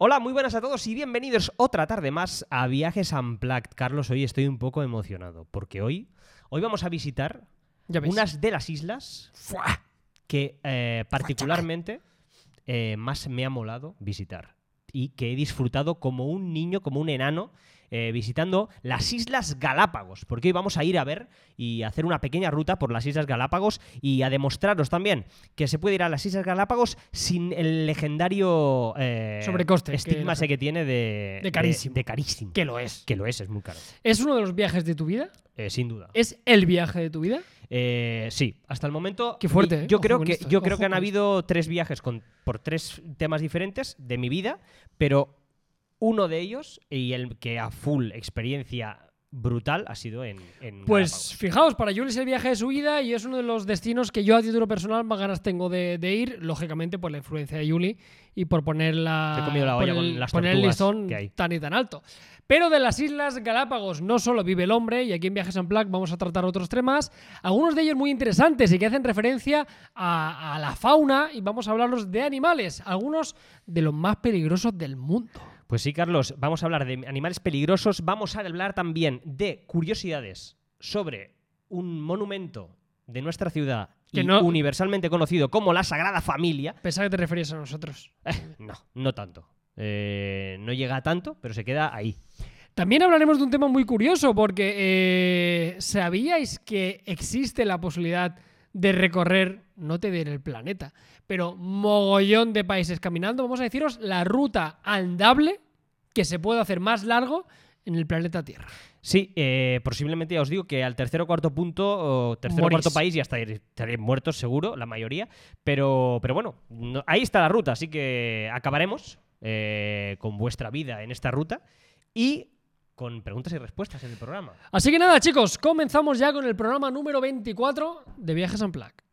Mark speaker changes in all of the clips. Speaker 1: Hola, muy buenas a todos y bienvenidos otra tarde más a Viajes Unplugged. Carlos, hoy estoy un poco emocionado porque hoy, hoy vamos a visitar
Speaker 2: Ya ves.
Speaker 1: unas de las islas
Speaker 2: ¡Fua!
Speaker 1: que eh, particularmente eh, más me ha molado visitar y que he disfrutado como un niño, como un enano, eh, visitando las Islas Galápagos, porque hoy vamos a ir a ver y hacer una pequeña ruta por las Islas Galápagos y a demostraros también que se puede ir a las Islas Galápagos sin el legendario eh,
Speaker 2: Sobrecoste que
Speaker 1: estigma
Speaker 2: lo-
Speaker 1: ese que tiene de,
Speaker 2: de carísimo.
Speaker 1: de, de carísimo.
Speaker 2: Que lo es.
Speaker 1: Que lo es, es muy caro,
Speaker 2: ¿Es uno de los viajes de tu vida?
Speaker 1: eh, sin duda.
Speaker 2: ¿Es el viaje de tu vida?
Speaker 1: Eh, sí, hasta el momento.
Speaker 2: Qué fuerte,
Speaker 1: y
Speaker 2: ¿eh?
Speaker 1: Yo
Speaker 2: Ojo
Speaker 1: creo
Speaker 2: con
Speaker 1: que,
Speaker 2: esto,
Speaker 1: yo
Speaker 2: ojo
Speaker 1: creo que han
Speaker 2: con
Speaker 1: habido tres viajes con, por tres temas diferentes de mi vida, pero uno de ellos y el que a full experiencia brutal ha sido en. en
Speaker 2: Pues
Speaker 1: Galápagos.
Speaker 2: fijaos, para Jules el viaje de su vida y es uno de los destinos que yo a título personal más ganas tengo de, de ir, lógicamente por la influencia de Julie y por poner la,
Speaker 1: Te he comido la olla
Speaker 2: por el,
Speaker 1: con las
Speaker 2: poner el
Speaker 1: tortugas
Speaker 2: listón
Speaker 1: que hay.
Speaker 2: tan y tan alto. Pero de las Islas Galápagos no solo vive el hombre y aquí en Viajes en Plac vamos a tratar otros temas, algunos de ellos muy interesantes y que hacen referencia a, a la fauna y vamos a hablarlos de animales, algunos de los más peligrosos del mundo.
Speaker 1: Pues sí, Carlos, vamos a hablar de animales peligrosos, vamos a hablar también de curiosidades sobre un monumento de nuestra ciudad
Speaker 2: Que
Speaker 1: y
Speaker 2: no-
Speaker 1: universalmente conocido como la Sagrada Familia.
Speaker 2: Pensaba que te referías a nosotros.
Speaker 1: No, no tanto. Eh, no llega a tanto, pero se queda ahí.
Speaker 2: También hablaremos de un tema muy curioso porque eh, ¿sabíais que existe la posibilidad de recorrer, no te diré el planeta, pero mogollón de países caminando? Vamos a deciros la ruta andable que se puede hacer más largo en el planeta Tierra.
Speaker 1: Sí, eh, posiblemente ya os digo que al tercer o cuarto punto, o tercer o
Speaker 2: Morís.
Speaker 1: cuarto país ya estaréis, estaréis muertos seguro, la mayoría. Pero, pero bueno, no- ahí está la ruta, así que acabaremos eh, con vuestra vida en esta ruta y con preguntas y respuestas en el programa.
Speaker 2: Así que nada, chicos, comenzamos ya con el programa número 24 de Viajes en Plac.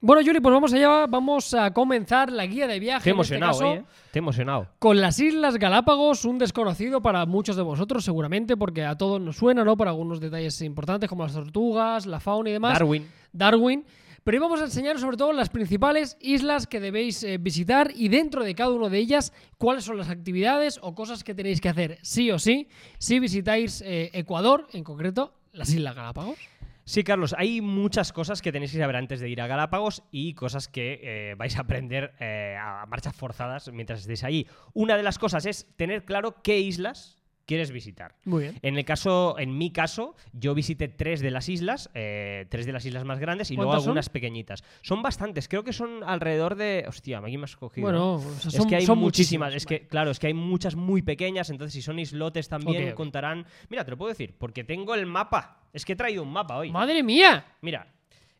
Speaker 2: Bueno, Yuri, pues vamos allá, vamos a comenzar la guía de viaje.
Speaker 1: Te he
Speaker 2: en este
Speaker 1: emocionado,
Speaker 2: caso.
Speaker 1: eh, Te he emocionado.
Speaker 2: Con las Islas Galápagos, un desconocido para muchos de vosotros, seguramente, porque a todos nos suena, ¿no? Para algunos detalles importantes como las tortugas, la fauna y demás.
Speaker 1: Darwin.
Speaker 2: Darwin. Pero hoy vamos a enseñar sobre todo las principales islas que debéis eh, visitar y dentro de cada una de ellas cuáles son las actividades o cosas que tenéis que hacer sí o sí si visitáis eh, Ecuador, en concreto las Islas Galápagos.
Speaker 1: Sí, Carlos, hay muchas cosas que tenéis que saber antes de ir a Galápagos y cosas que eh, vais a aprender eh, a marchas forzadas mientras estéis allí. Una de las cosas es tener claro qué islas quieres visitar.
Speaker 2: Muy bien.
Speaker 1: En el caso, en mi caso, yo visité tres de las islas, eh, tres de las islas más grandes y luego
Speaker 2: ¿Cuántas son?
Speaker 1: algunas pequeñitas. Son bastantes, creo que son alrededor de. Hostia, aquí me has cogido.
Speaker 2: Bueno, o sea,
Speaker 1: es
Speaker 2: son,
Speaker 1: que hay
Speaker 2: son
Speaker 1: muchísimas, es
Speaker 2: vale.
Speaker 1: que claro, es que hay muchas muy pequeñas, entonces si son islotes también
Speaker 2: Ok, ok.
Speaker 1: contarán. Mira, te lo puedo decir, porque tengo el mapa. Es que he traído un mapa hoy.
Speaker 2: ¡Madre mía!
Speaker 1: Mira,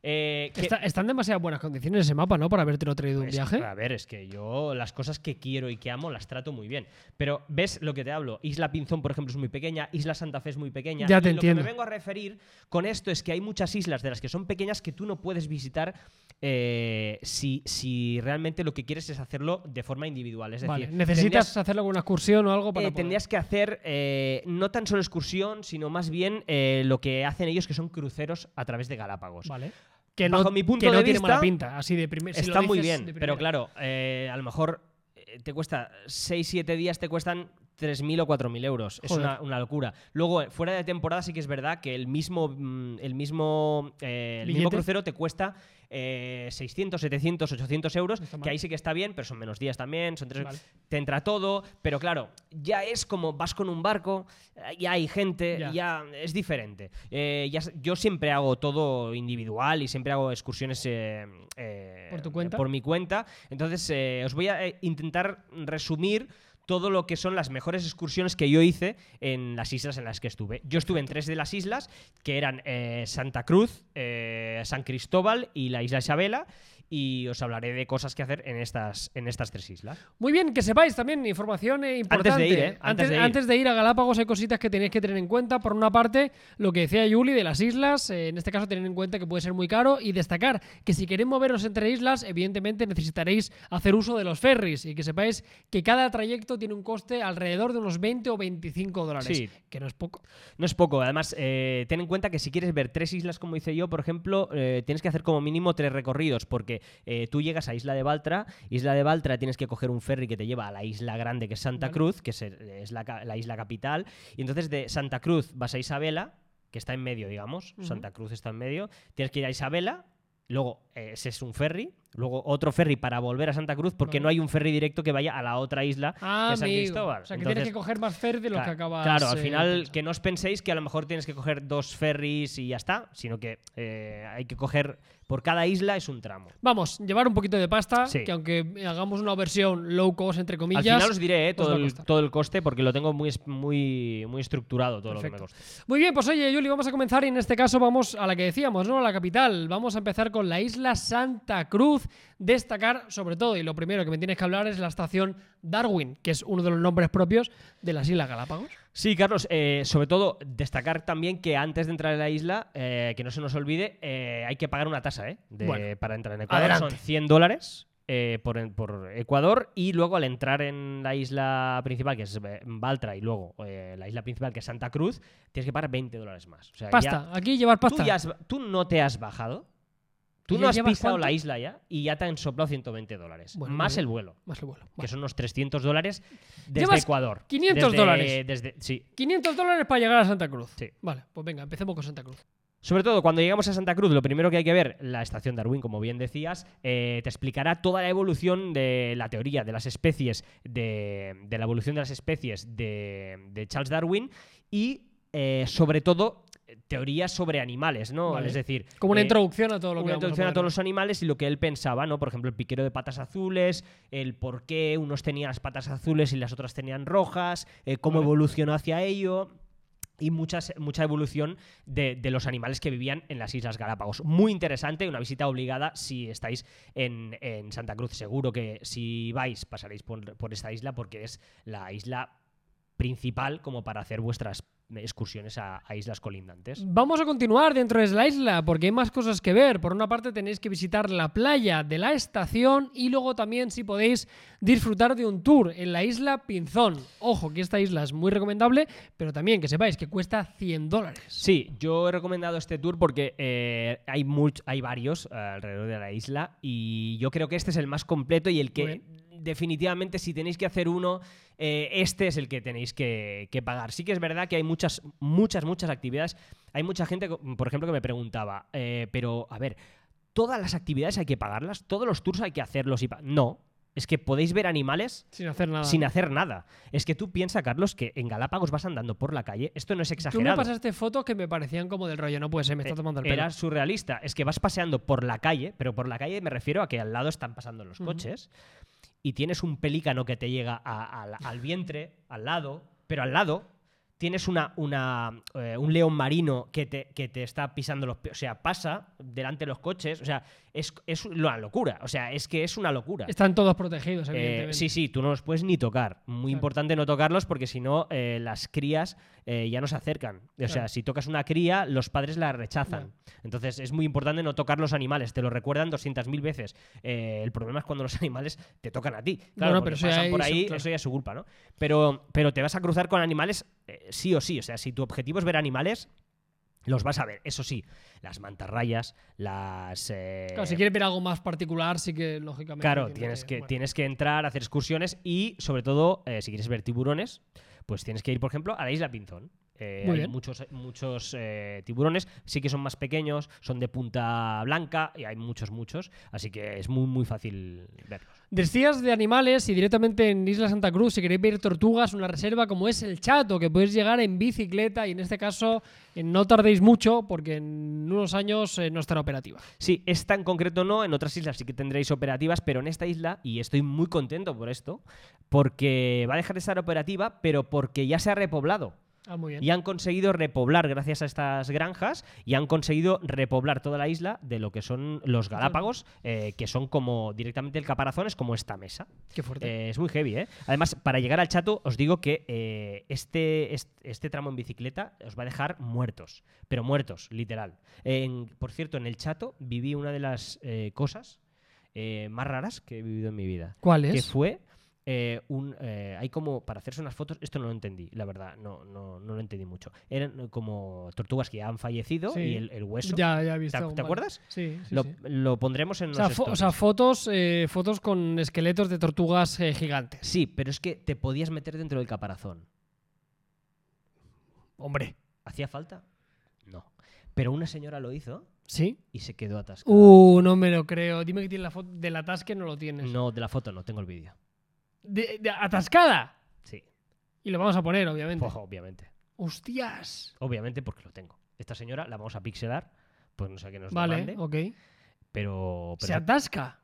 Speaker 1: eh, que- Pues
Speaker 2: Está- están en demasiadas buenas condiciones ese mapa, ¿no? Para habértelo traído de un
Speaker 1: es-
Speaker 2: viaje.
Speaker 1: a ver, es que yo las cosas que quiero y que amo las trato muy bien. Pero ves lo que te hablo. Isla Pinzón, por ejemplo, es muy pequeña. Isla Santa Fe es muy pequeña.
Speaker 2: Ya
Speaker 1: y
Speaker 2: te
Speaker 1: lo
Speaker 2: entiendo.
Speaker 1: que me vengo a referir con esto es que hay muchas islas de las que son pequeñas que tú no puedes visitar eh, si, si realmente lo que quieres es hacerlo de forma individual. Es
Speaker 2: Vale,
Speaker 1: decir,
Speaker 2: necesitas
Speaker 1: tendrías-
Speaker 2: hacer alguna excursión o algo para.
Speaker 1: Eh,
Speaker 2: poder-
Speaker 1: tendrías que hacer eh, no tan solo excursión, sino más bien eh, lo que hacen ellos, que son cruceros a través de Galápagos.
Speaker 2: Vale. Que
Speaker 1: Bajo
Speaker 2: no,
Speaker 1: mi punto
Speaker 2: que no
Speaker 1: de
Speaker 2: tiene
Speaker 1: vista,
Speaker 2: mala pinta, así de primer- si lo
Speaker 1: Está muy
Speaker 2: dices
Speaker 1: bien,
Speaker 2: de
Speaker 1: pero
Speaker 2: primera.
Speaker 1: claro, eh, a lo mejor eh, te cuesta 6-7 días, te cuestan 3.000 o 4.000 euros. Es
Speaker 2: Joder.
Speaker 1: una, una locura. Luego, eh, fuera de temporada, sí que es verdad que el mismo, mm, el mismo, eh, el mismo
Speaker 2: ¿Billete?
Speaker 1: crucero te cuesta eh, 600, 700, 800 euros,
Speaker 2: No está mal.
Speaker 1: que ahí sí que está bien, pero son menos días también, son tres.
Speaker 2: Vale.
Speaker 1: Te entra todo, pero claro, ya es como vas con un barco, eh, ya hay gente,
Speaker 2: Ya.
Speaker 1: ya ya es diferente. Eh, ya s- yo siempre hago todo individual y siempre hago excursiones eh, eh,
Speaker 2: ¿Por tu cuenta?
Speaker 1: por mi cuenta. Entonces, eh, os voy a eh, intentar resumir todo lo que son las mejores excursiones que yo hice en las islas en las que estuve. Yo estuve en tres de las islas, que eran eh, Santa Cruz, eh, San Cristóbal y la isla Isabela, y os hablaré de cosas que hacer en estas, en estas tres islas.
Speaker 2: Muy bien, que sepáis también información eh, importante.
Speaker 1: de ir, ¿eh? Antes
Speaker 2: Antes,
Speaker 1: de ir.
Speaker 2: antes de ir a Galápagos hay cositas que tenéis que tener en cuenta. Por una parte, lo que decía Yuli de las islas, eh, en este caso tener en cuenta que puede ser muy caro y destacar que si queréis moveros entre islas, evidentemente necesitaréis hacer uso de los ferries y que sepáis que cada trayecto tiene un coste alrededor de unos 20 o 25 dólares,
Speaker 1: Sí.
Speaker 2: que no es poco.
Speaker 1: No es poco, además, eh, ten en cuenta que si quieres ver tres islas como hice yo, por ejemplo, eh, tienes que hacer como mínimo tres recorridos, porque porque eh, tú llegas a Isla de Baltra, Isla de Baltra tienes que coger un ferry que te lleva a la isla grande que es Santa
Speaker 2: Vale.
Speaker 1: Cruz, que es, el- es la, ca- la isla capital, y entonces de Santa Cruz vas a Isabela, que está en medio, digamos,
Speaker 2: Ujú.
Speaker 1: Santa Cruz está en medio, tienes que ir a Isabela, luego eh, ese es un ferry, luego otro ferry para volver a Santa Cruz, porque
Speaker 2: Vale.
Speaker 1: no hay un ferry directo que vaya a la otra isla
Speaker 2: Ah,
Speaker 1: que es San
Speaker 2: amigo.
Speaker 1: Cristóbal.
Speaker 2: O sea, que
Speaker 1: Entonces,
Speaker 2: tienes que coger más fer de lo que
Speaker 1: Cla-
Speaker 2: acabas.
Speaker 1: Claro, al
Speaker 2: eh,
Speaker 1: final
Speaker 2: pensando.
Speaker 1: que no os penséis que a lo mejor tienes que coger dos ferries y ya está, sino que eh, hay que coger por cada isla es un tramo.
Speaker 2: Vamos, llevar un poquito de pasta,
Speaker 1: Sí.
Speaker 2: que aunque hagamos una versión low cost, entre comillas.
Speaker 1: al final os diré eh,
Speaker 2: os va
Speaker 1: todo,
Speaker 2: a
Speaker 1: el,
Speaker 2: costar.
Speaker 1: todo el coste porque lo tengo muy, es- muy, muy estructurado todo
Speaker 2: Perfecto.
Speaker 1: lo que me costa.
Speaker 2: Muy bien, pues oye, Juli, vamos a comenzar y en este caso vamos a la que decíamos, ¿no? A la capital. Vamos a empezar con la isla Santa Cruz. Destacar, sobre todo, y lo primero que me tienes que hablar es la estación Darwin, que es uno de los nombres propios de las Islas Galápagos.
Speaker 1: Sí, Carlos, eh, sobre todo destacar también que antes de entrar en la isla, eh, que no se nos olvide, eh, hay que pagar una tasa eh, de-
Speaker 2: Bueno,
Speaker 1: para entrar en Ecuador.
Speaker 2: adelante.
Speaker 1: Son 100 dólares. eh, por, en- por Ecuador y luego al entrar en la isla principal que es eh, Baltra y luego eh, la isla principal que es Santa Cruz tienes que pagar 20 dólares más. O sea, ya-
Speaker 2: Pasta, aquí llevar pasta.
Speaker 1: Tú, ya has- tú no te has bajado. Tú
Speaker 2: ¿Y
Speaker 1: no
Speaker 2: ya
Speaker 1: has
Speaker 2: llevas
Speaker 1: pisado
Speaker 2: cuánto?
Speaker 1: la isla ya y ya te han soplado 120 dólares.
Speaker 2: Bueno,
Speaker 1: más
Speaker 2: bueno.
Speaker 1: el vuelo,
Speaker 2: Más el vuelo.
Speaker 1: que
Speaker 2: Vale.
Speaker 1: son unos 300 dólares desde
Speaker 2: Llevas
Speaker 1: Ecuador.
Speaker 2: 500
Speaker 1: Desde-
Speaker 2: dólares.
Speaker 1: Desde, sí.
Speaker 2: 500 dólares para llegar a Santa Cruz.
Speaker 1: Sí.
Speaker 2: Vale, pues venga, empecemos con Santa Cruz.
Speaker 1: Sobre todo, cuando llegamos a Santa Cruz, lo primero que hay que ver, la estación Darwin, como bien decías, eh, te explicará toda la evolución de la teoría de las especies, de, de la evolución de las especies de, de Charles Darwin y, eh, sobre todo, teorías sobre animales, ¿no?
Speaker 2: Vale.
Speaker 1: Es decir,
Speaker 2: Como una
Speaker 1: eh,
Speaker 2: introducción a todo lo que
Speaker 1: una
Speaker 2: vamos
Speaker 1: introducción a,
Speaker 2: poder
Speaker 1: todos
Speaker 2: ver.
Speaker 1: los animales y lo que él pensaba, ¿no? Por ejemplo, el piquero de patas azules, el por qué unos tenían las patas azules y las otras tenían rojas, eh, cómo
Speaker 2: Vale.
Speaker 1: evolucionó hacia ello y muchas, mucha evolución de, de los animales que vivían en las Islas Galápagos. Muy interesante, una visita obligada si estáis en, en Santa Cruz. Seguro que si vais pasaréis por, por esta isla porque es la isla principal como para hacer vuestras excursiones a, a islas colindantes.
Speaker 2: Vamos a continuar dentro de la isla porque hay más cosas que ver. Por una parte tenéis que visitar la playa de la estación y luego también si podéis disfrutar de un tour en la isla Pinzón. Ojo que esta isla es muy recomendable, pero también que sepáis que cuesta 100 dólares.
Speaker 1: Sí, yo he recomendado este tour porque eh, hay, much- hay varios eh, alrededor de la isla y yo creo que este es el más completo y el
Speaker 2: Muy
Speaker 1: que definitivamente si tenéis que hacer uno, eh, este es el que tenéis que, que pagar. Sí que es verdad que hay muchas, muchas, muchas actividades. Hay mucha gente, por ejemplo, que me preguntaba, eh, pero a ver, ¿todas las actividades hay que pagarlas? ¿Todos los tours hay que hacerlos? Y pa-?". no, es que podéis ver animales
Speaker 2: Sin hacer nada.
Speaker 1: sin hacer nada. Es que tú piensa, Carlos, que en Galápagos vas andando por la calle. Esto no es
Speaker 2: Tú
Speaker 1: exagerado.
Speaker 2: me pasaste fotos que me parecían como del rollo, no puede ser, me está
Speaker 1: Eh,
Speaker 2: tomando el pelo.
Speaker 1: Era surrealista. Es que vas paseando por la calle, pero por la calle me refiero a que al lado están pasando los
Speaker 2: Ujú.
Speaker 1: coches y tienes un pelícano que te llega a- al- al vientre, al lado, pero al lado tienes una, una, eh, un león marino que te, que te está pisando los pies. O sea, pasa delante de los coches. O sea, es, es una locura. O sea, es que es una locura.
Speaker 2: Están todos protegidos,
Speaker 1: Eh,
Speaker 2: evidentemente.
Speaker 1: sí, sí, tú no los puedes ni tocar. Muy
Speaker 2: Claro.
Speaker 1: importante no tocarlos porque si no, eh, las crías eh, ya no se acercan. O
Speaker 2: Claro.
Speaker 1: sea, si tocas una cría, los padres la rechazan. Entonces es muy importante no tocar los animales. Te lo recuerdan 200.000 veces. Eh, el problema es cuando los animales te tocan a ti. Claro,
Speaker 2: Bueno,
Speaker 1: porque
Speaker 2: pero eso ya
Speaker 1: pasan
Speaker 2: ahí
Speaker 1: por
Speaker 2: son-
Speaker 1: ahí,
Speaker 2: claro.
Speaker 1: eso ya es su culpa, ¿no? Pero, pero te vas a cruzar con animales eh, sí o sí. O sea, si tu objetivo es ver animales, los vas a ver. Eso sí, las mantarrayas, las... eh,
Speaker 2: Claro, si quieres ver algo más particular, sí que lógicamente...
Speaker 1: Claro, tienes que,
Speaker 2: eh, bueno.
Speaker 1: tienes que entrar, hacer excursiones y, sobre todo, eh, si quieres ver tiburones, pues tienes que ir, por ejemplo, a la isla Pinzón. Eh,
Speaker 2: Muy
Speaker 1: hay
Speaker 2: bien.
Speaker 1: muchos, muchos eh, tiburones, sí que son más pequeños, son de punta blanca y hay muchos, muchos, así que es muy, muy fácil verlos.
Speaker 2: Decías de animales y directamente en Isla Santa Cruz, si queréis ver tortugas, una reserva como es el Chato, que podéis llegar en bicicleta y en este caso eh, no tardéis mucho porque en unos años eh, no estará operativa.
Speaker 1: Sí, esta en concreto no, en otras islas sí que tendréis operativas, pero en esta isla, y estoy muy contento por esto, porque va a dejar de estar operativa, pero porque ya se ha repoblado.
Speaker 2: Ah, muy bien.
Speaker 1: Y han conseguido repoblar, gracias a estas granjas, y han conseguido repoblar toda la isla de lo que son los Galápagos, eh, que son como directamente el caparazón, es como esta mesa.
Speaker 2: Qué fuerte.
Speaker 1: Eh, es muy heavy, ¿eh? Además, para llegar al chato, os digo que eh, este, est- este, tramo en bicicleta os va a dejar muertos, pero muertos, literal. En- por cierto, en el chato viví una de las eh, cosas eh, más raras que he vivido en mi vida,
Speaker 2: ¿Cuál
Speaker 1: que
Speaker 2: es?
Speaker 1: fue eh, un, eh, hay como para hacerse unas fotos, esto no lo entendí, la verdad, no, no, no lo entendí mucho. Eran como tortugas que ya han fallecido
Speaker 2: Sí.
Speaker 1: y el, el hueso.
Speaker 2: Ya, ya he visto.
Speaker 1: ¿Te,
Speaker 2: algún
Speaker 1: te
Speaker 2: par.
Speaker 1: acuerdas?
Speaker 2: Sí, sí,
Speaker 1: lo,
Speaker 2: sí.
Speaker 1: lo pondremos en
Speaker 2: O sea,
Speaker 1: los
Speaker 2: fo- o
Speaker 1: stories.
Speaker 2: sea, fotos, eh, fotos con esqueletos de tortugas eh, gigantes.
Speaker 1: Sí, pero es que te podías meter dentro del caparazón.
Speaker 2: Hombre.
Speaker 1: ¿Hacía falta? No. Pero una señora lo hizo
Speaker 2: ¿Sí?
Speaker 1: y se quedó atascada.
Speaker 2: Uh, no me lo creo. Dime que tiene la foto del atasque, no lo tienes.
Speaker 1: no, de la foto no, tengo el vídeo.
Speaker 2: De- de- atascada.
Speaker 1: Sí,
Speaker 2: Y lo vamos a poner, obviamente.
Speaker 1: Ojo, obviamente.
Speaker 2: Hostias.
Speaker 1: Obviamente porque lo tengo. Esta señora la vamos a pixelar, pues no sé qué nos
Speaker 2: Vale,
Speaker 1: demande,
Speaker 2: ok.
Speaker 1: pero... pero-
Speaker 2: Se atasca.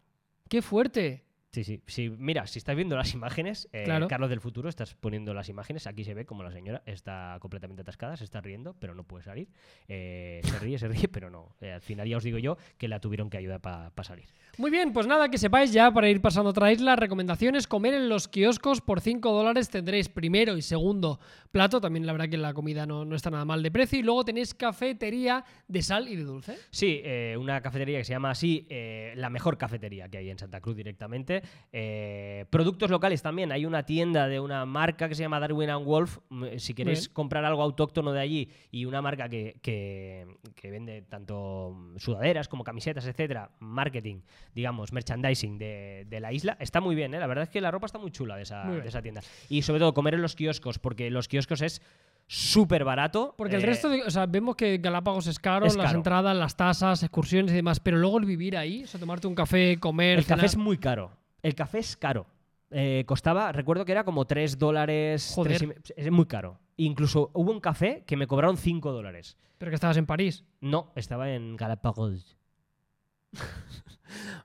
Speaker 2: Qué fuerte.
Speaker 1: sí, sí, sí. Mira, si estás viendo las imágenes, eh,
Speaker 2: Claro.
Speaker 1: Carlos del Futuro, estás poniendo las imágenes, aquí se ve como la señora está completamente atascada, se está riendo, pero no puede salir. Eh, se ríe, se ríe, pero no. Eh, al final ya os digo yo que la tuvieron que ayudar para salir.
Speaker 2: Muy bien, pues nada, que sepáis ya para ir pasando a otra isla, recomendaciones, comer en los kioscos por 5 dólares tendréis primero y segundo plato, también la verdad que la comida no, no está nada mal de precio, y luego tenéis cafetería de sal y de dulce.
Speaker 1: Sí, eh, una cafetería que se llama así, eh, la mejor cafetería que hay en Santa Cruz directamente. Eh, productos locales también. Hay una tienda de una marca que se llama Darwin and Wolf. Mm, Si queréis
Speaker 2: Bien.
Speaker 1: comprar algo autóctono de allí y una marca que, que- que vende tanto mm, sudaderas como camisetas, etcétera, marketing, digamos, merchandising de, de la isla, está muy bien. ¿eh? La verdad es que la ropa está muy chula de esa,
Speaker 2: Muy bien.
Speaker 1: de esa tienda. Y sobre todo comer en los kioscos, porque los kioscos es súper barato.
Speaker 2: Porque el
Speaker 1: Eh,
Speaker 2: resto, de- o sea, vemos que Galápagos es caro,
Speaker 1: es
Speaker 2: las
Speaker 1: caro.
Speaker 2: entradas, las tasas, excursiones y demás, pero luego el vivir ahí, o sea, tomarte un café, comer,
Speaker 1: El café
Speaker 2: cenar,
Speaker 1: es muy caro. El café es caro. Eh, costaba, recuerdo que era como 3 dólares.
Speaker 2: Joder.
Speaker 1: tres y me- Es muy caro. Incluso hubo un café que me cobraron 5 dólares.
Speaker 2: pero que estabas en París.
Speaker 1: No, estaba en Galápagos.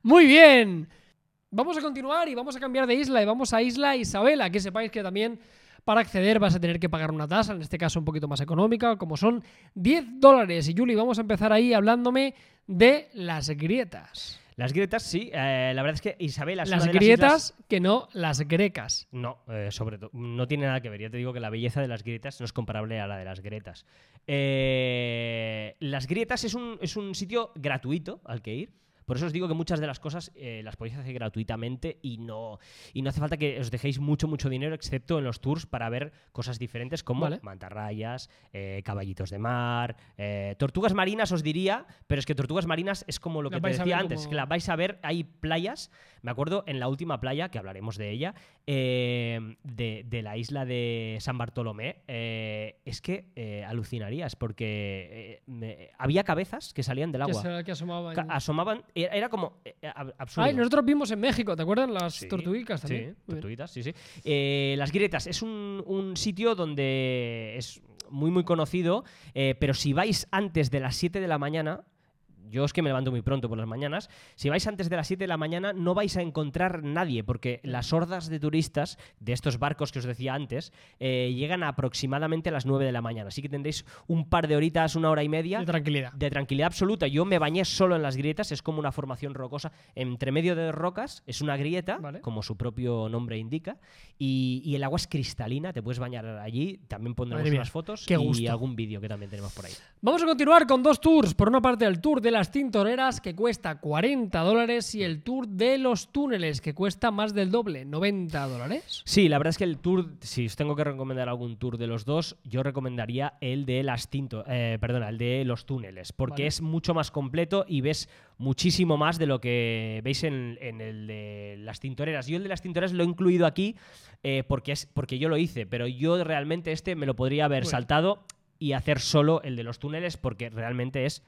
Speaker 2: Muy bien. Vamos a continuar y vamos a cambiar de isla y vamos a Isla Isabela, que sepáis que también para acceder vas a tener que pagar una tasa, en este caso un poquito más económica, como son 10 dólares. Y Juli, vamos a empezar ahí hablándome de las grietas.
Speaker 1: Las grietas, sí. eh, la verdad es que Isabela es
Speaker 2: Las
Speaker 1: una de
Speaker 2: grietas
Speaker 1: islas-
Speaker 2: que no las grecas.
Speaker 1: No, eh, sobre todo. No tiene nada que ver. Ya te digo que la belleza de las grietas no es comparable a la de las grietas. Eh, las grietas es un, es un sitio gratuito al que ir. Por eso os digo que muchas de las cosas eh, las podéis hacer gratuitamente y no, y no hace falta que os dejéis mucho, mucho dinero, excepto en los tours, para ver cosas diferentes como
Speaker 2: Vale.
Speaker 1: mantarrayas, eh, caballitos de mar, eh, tortugas marinas, os diría, pero es que tortugas marinas es como lo
Speaker 2: Las
Speaker 1: que te
Speaker 2: vais a
Speaker 1: decía
Speaker 2: ver
Speaker 1: antes,
Speaker 2: como-
Speaker 1: que las vais a ver, hay playas, me acuerdo en la última playa, que hablaremos de ella, eh, de, de la isla de San Bartolomé, eh, es que eh, alucinarías, porque eh, me- había cabezas que salían del
Speaker 2: Que,
Speaker 1: agua.
Speaker 2: se- que asomaban.
Speaker 1: Ca- Asomaban, era era como eh, ab- absurdo.
Speaker 2: Ay, nosotros vimos en México, ¿te acuerdas? Las
Speaker 1: Sí,
Speaker 2: tortuguicas también.
Speaker 1: Sí,
Speaker 2: Muy bien.
Speaker 1: tortuguitas, sí, sí. Eh, las Grietas es un, un sitio donde es muy, muy conocido, eh, pero si vais antes de las 7 de la mañana, yo es que me levanto muy pronto por las mañanas, si vais antes de las 7 de la mañana no vais a encontrar nadie, porque las hordas de turistas de estos barcos que os decía antes eh, llegan aproximadamente a las 9 de la mañana, así que tendréis un par de horitas, una hora y media
Speaker 2: De tranquilidad.
Speaker 1: de tranquilidad absoluta. Yo me bañé solo en las grietas, es como una formación rocosa. Entre medio de rocas es una grieta,
Speaker 2: Vale.
Speaker 1: como su propio nombre indica, y, y el agua es cristalina, te puedes bañar allí. También pondremos
Speaker 2: Madre mía,
Speaker 1: unas fotos
Speaker 2: qué
Speaker 1: y
Speaker 2: gusto.
Speaker 1: algún vídeo que también tenemos por ahí.
Speaker 2: Vamos a continuar con dos tours. Por una parte, el tour de las tintoreras, que cuesta 40 dólares, y el tour de los túneles, que cuesta más del doble, 90 dólares. Eh,
Speaker 1: Sí, la verdad es que el tour, si os tengo que recomendar algún tour de los dos, yo recomendaría el de las tinto, eh, perdona, el de los túneles, porque
Speaker 2: Vale.
Speaker 1: es mucho más completo y ves muchísimo más de lo que veis en, en el de las tintoreras. Yo el de las tintoreras lo he incluido aquí eh, porque es porque yo lo hice, pero yo realmente este me lo podría haber
Speaker 2: Bueno.
Speaker 1: saltado y hacer solo el de los túneles porque realmente es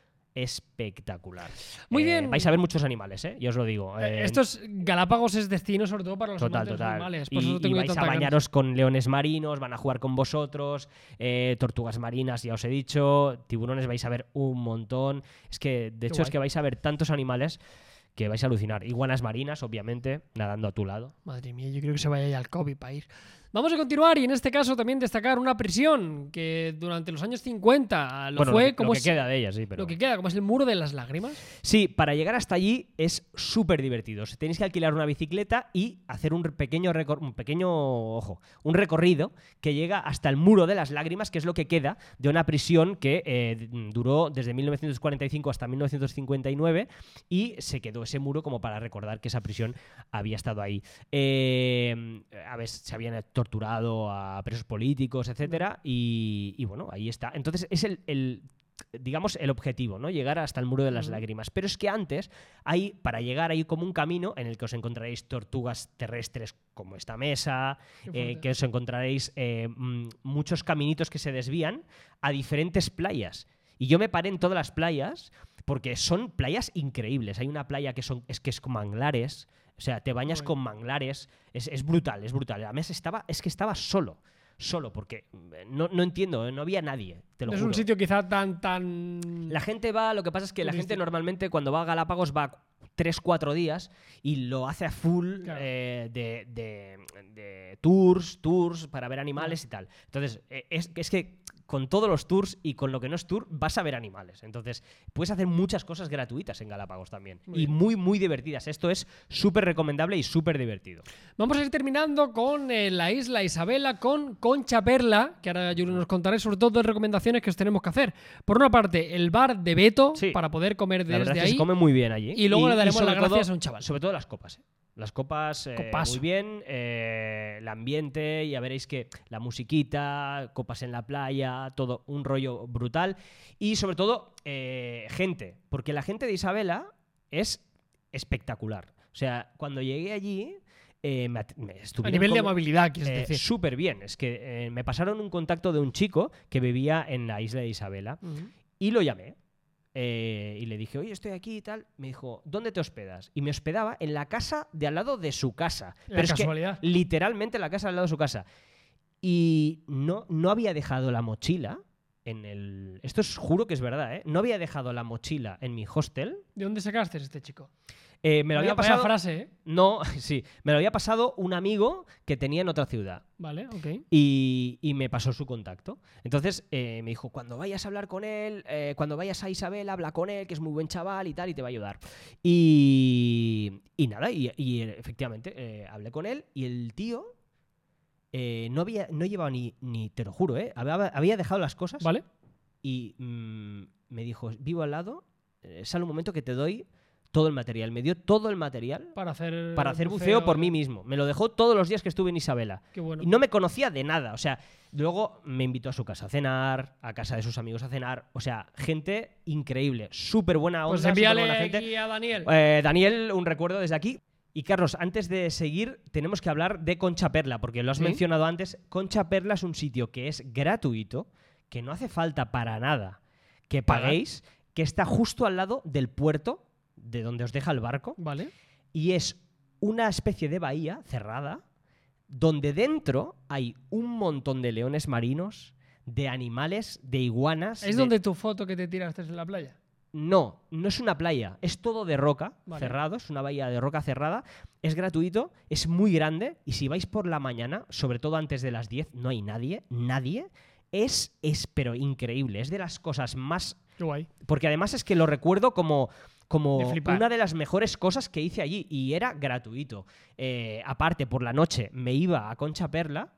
Speaker 1: espectacular.
Speaker 2: Muy
Speaker 1: Eh,
Speaker 2: bien.
Speaker 1: Vais a ver muchos animales, ¿eh? Ya os lo digo.
Speaker 2: Eh,
Speaker 1: Eh,
Speaker 2: Esto es Galápagos es destino, sobre todo para los
Speaker 1: Total,
Speaker 2: amantes de los
Speaker 1: total.
Speaker 2: animales. Por
Speaker 1: y,
Speaker 2: eso tengo
Speaker 1: y
Speaker 2: yo
Speaker 1: vais a
Speaker 2: tanta ganas.
Speaker 1: bañaros con leones marinos, van a jugar con vosotros, eh, tortugas marinas, ya os he dicho, tiburones vais a ver un montón. Es que, de hecho, es
Speaker 2: guay.
Speaker 1: que vais a ver tantos animales que vais a alucinar. Iguanas marinas, obviamente, nadando a tu lado.
Speaker 2: Madre mía, yo creo que se vaya ya al COVID para ir. Vamos a continuar y en este caso también destacar una prisión que durante los años 50 lo
Speaker 1: Bueno,
Speaker 2: fue
Speaker 1: lo que,
Speaker 2: como
Speaker 1: lo que
Speaker 2: es-
Speaker 1: queda de ella, sí. Pero...
Speaker 2: lo que queda, como es el muro de las lágrimas.
Speaker 1: Sí, para llegar hasta allí es súper divertido. Os Tenéis que alquilar una bicicleta y hacer un pequeño, recor- un pequeño, ojo, un recorrido que llega hasta el muro de las lágrimas, que es lo que queda de una prisión que eh, d- duró desde 1945 hasta 1959 y se quedó ese muro como para recordar que esa prisión había estado ahí. Eh, a veces se habían torturado a presos políticos, etcétera, y, y bueno, ahí está. Entonces es el- el digamos, el objetivo, ¿no? Llegar hasta el muro de las
Speaker 2: Ujú.
Speaker 1: lágrimas. Pero es que antes, hay, para llegar hay como un camino en el que os encontraréis tortugas terrestres como esta mesa,
Speaker 2: Qué
Speaker 1: eh,
Speaker 2: fuerte.
Speaker 1: que os encontraréis eh, mm, muchos caminitos que se desvían a diferentes playas. Y yo me paré en todas las playas porque son playas increíbles. Hay una playa que, son, es, que es con manglares, o sea, te bañas
Speaker 2: Guay.
Speaker 1: con manglares, es, es brutal, es brutal. Además, estaba, es que estaba solo. Solo, porque mm, no, no entiendo, eh, no había nadie. Te lo
Speaker 2: No es
Speaker 1: juro.
Speaker 2: un sitio quizá tan, tan...
Speaker 1: La gente va, lo que pasa es que la
Speaker 2: Turístico.
Speaker 1: gente normalmente cuando va a Galápagos va 3-4 días y lo hace a full
Speaker 2: Claro.
Speaker 1: eh, de, de- de tours, tours para ver
Speaker 2: Mm.
Speaker 1: animales y tal. Entonces, eh, es, es que con todos los tours y con lo que no es tour vas a ver animales. Entonces, puedes hacer muchas cosas gratuitas en Galápagos también.
Speaker 2: Muy
Speaker 1: y
Speaker 2: bien.
Speaker 1: muy, muy divertidas. Esto es súper recomendable y súper divertido.
Speaker 2: Vamos a ir terminando con eh, la isla Isabela, con Concha Perla, que ahora yo nos contaré sobre todo dos recomendaciones que os tenemos que hacer. Por una parte, el bar de Beto,
Speaker 1: Sí.
Speaker 2: para poder comer
Speaker 1: La verdad
Speaker 2: desde
Speaker 1: es que
Speaker 2: ahí.
Speaker 1: se come muy bien allí.
Speaker 2: Y luego le daremos
Speaker 1: sobre
Speaker 2: las gracias
Speaker 1: todo-
Speaker 2: a un chaval.
Speaker 1: Sobre todo las copas. ¿eh? Las copas eh,
Speaker 2: Copazo.
Speaker 1: muy bien, eh, el ambiente, ya veréis que la musiquita, copas en la playa, todo un rollo brutal. Y sobre todo, eh, gente, porque la gente de Isabela es espectacular. O sea, cuando llegué allí, eh, me, at- me
Speaker 2: A
Speaker 1: estuvieron
Speaker 2: nivel de
Speaker 1: como-
Speaker 2: amabilidad, quieres
Speaker 1: eh,
Speaker 2: decir.
Speaker 1: súper bien. Es que eh, me pasaron un contacto de un chico que vivía en la isla de Isabela
Speaker 2: Ujú.
Speaker 1: y lo llamé. eh, y le dije, oye, estoy aquí y tal. Me dijo, ¿dónde te hospedas? Y me hospedaba en la casa de al lado de su casa.
Speaker 2: La
Speaker 1: Pero es que
Speaker 2: casualidad.
Speaker 1: literalmente la casa al lado de su casa. Y no, no había dejado la mochila en el... Esto es, juro que es verdad, ¿eh? No había dejado la mochila en mi hostel.
Speaker 2: ¿De dónde sacaste a este chico?
Speaker 1: Eh, me lo había
Speaker 2: Vaya- vaya
Speaker 1: pasado...
Speaker 2: frase, ¿eh?
Speaker 1: No, sí. Me lo había pasado un amigo que tenía en otra ciudad.
Speaker 2: Vale, ok.
Speaker 1: Y, y me pasó su contacto. Entonces eh, me dijo, cuando vayas a hablar con él, eh, cuando vayas a Isabel, habla con él, que es muy buen chaval y tal, y te va a ayudar. Y, y nada, y, y, eh, efectivamente eh, hablé con él y el tío eh, no, había, no llevaba ni, ni, te lo juro, eh, había, había dejado las cosas
Speaker 2: Vale.
Speaker 1: y mm, me dijo, vivo al lado, eh, sale un momento que te doy todo el material. Me dio todo el material
Speaker 2: Para hacer.
Speaker 1: para hacer buceo por mí mismo. Me lo dejó todos los días que estuve en Isabela.
Speaker 2: Qué bueno.
Speaker 1: Y no me conocía de nada. O sea, luego me invitó a su casa a cenar, a casa de sus amigos a cenar. O sea, gente increíble, súper buena onda.
Speaker 2: pues
Speaker 1: súper
Speaker 2: envíale
Speaker 1: buena gente.
Speaker 2: aquí a Daniel.
Speaker 1: Eh, Daniel, un recuerdo desde aquí. Y Carlos, antes de seguir, tenemos que hablar de Concha Perla, porque lo has
Speaker 2: ¿Sí?
Speaker 1: mencionado antes. Concha Perla es un sitio que es gratuito, que no hace falta para nada que
Speaker 2: Pagar.
Speaker 1: paguéis, que está justo al lado del puerto, de donde os deja el barco
Speaker 2: Vale.
Speaker 1: y es una especie de bahía cerrada donde dentro hay un montón de leones marinos, de animales, de iguanas.
Speaker 2: Es
Speaker 1: de-
Speaker 2: donde tu foto que te tiraste en la playa.
Speaker 1: No, no es una playa, es todo de roca,
Speaker 2: Vale.
Speaker 1: cerrado, es una bahía de roca cerrada, es gratuito, es muy grande y si vais por la mañana, sobre todo antes de las 10, no hay nadie, nadie. Es, es, pero increíble, es de las cosas más
Speaker 2: Qué guay.
Speaker 1: porque además es que lo recuerdo como, como
Speaker 2: De flipar.
Speaker 1: una de las mejores cosas que hice allí y era gratuito. Eh, aparte, por la noche me iba a Concha Perla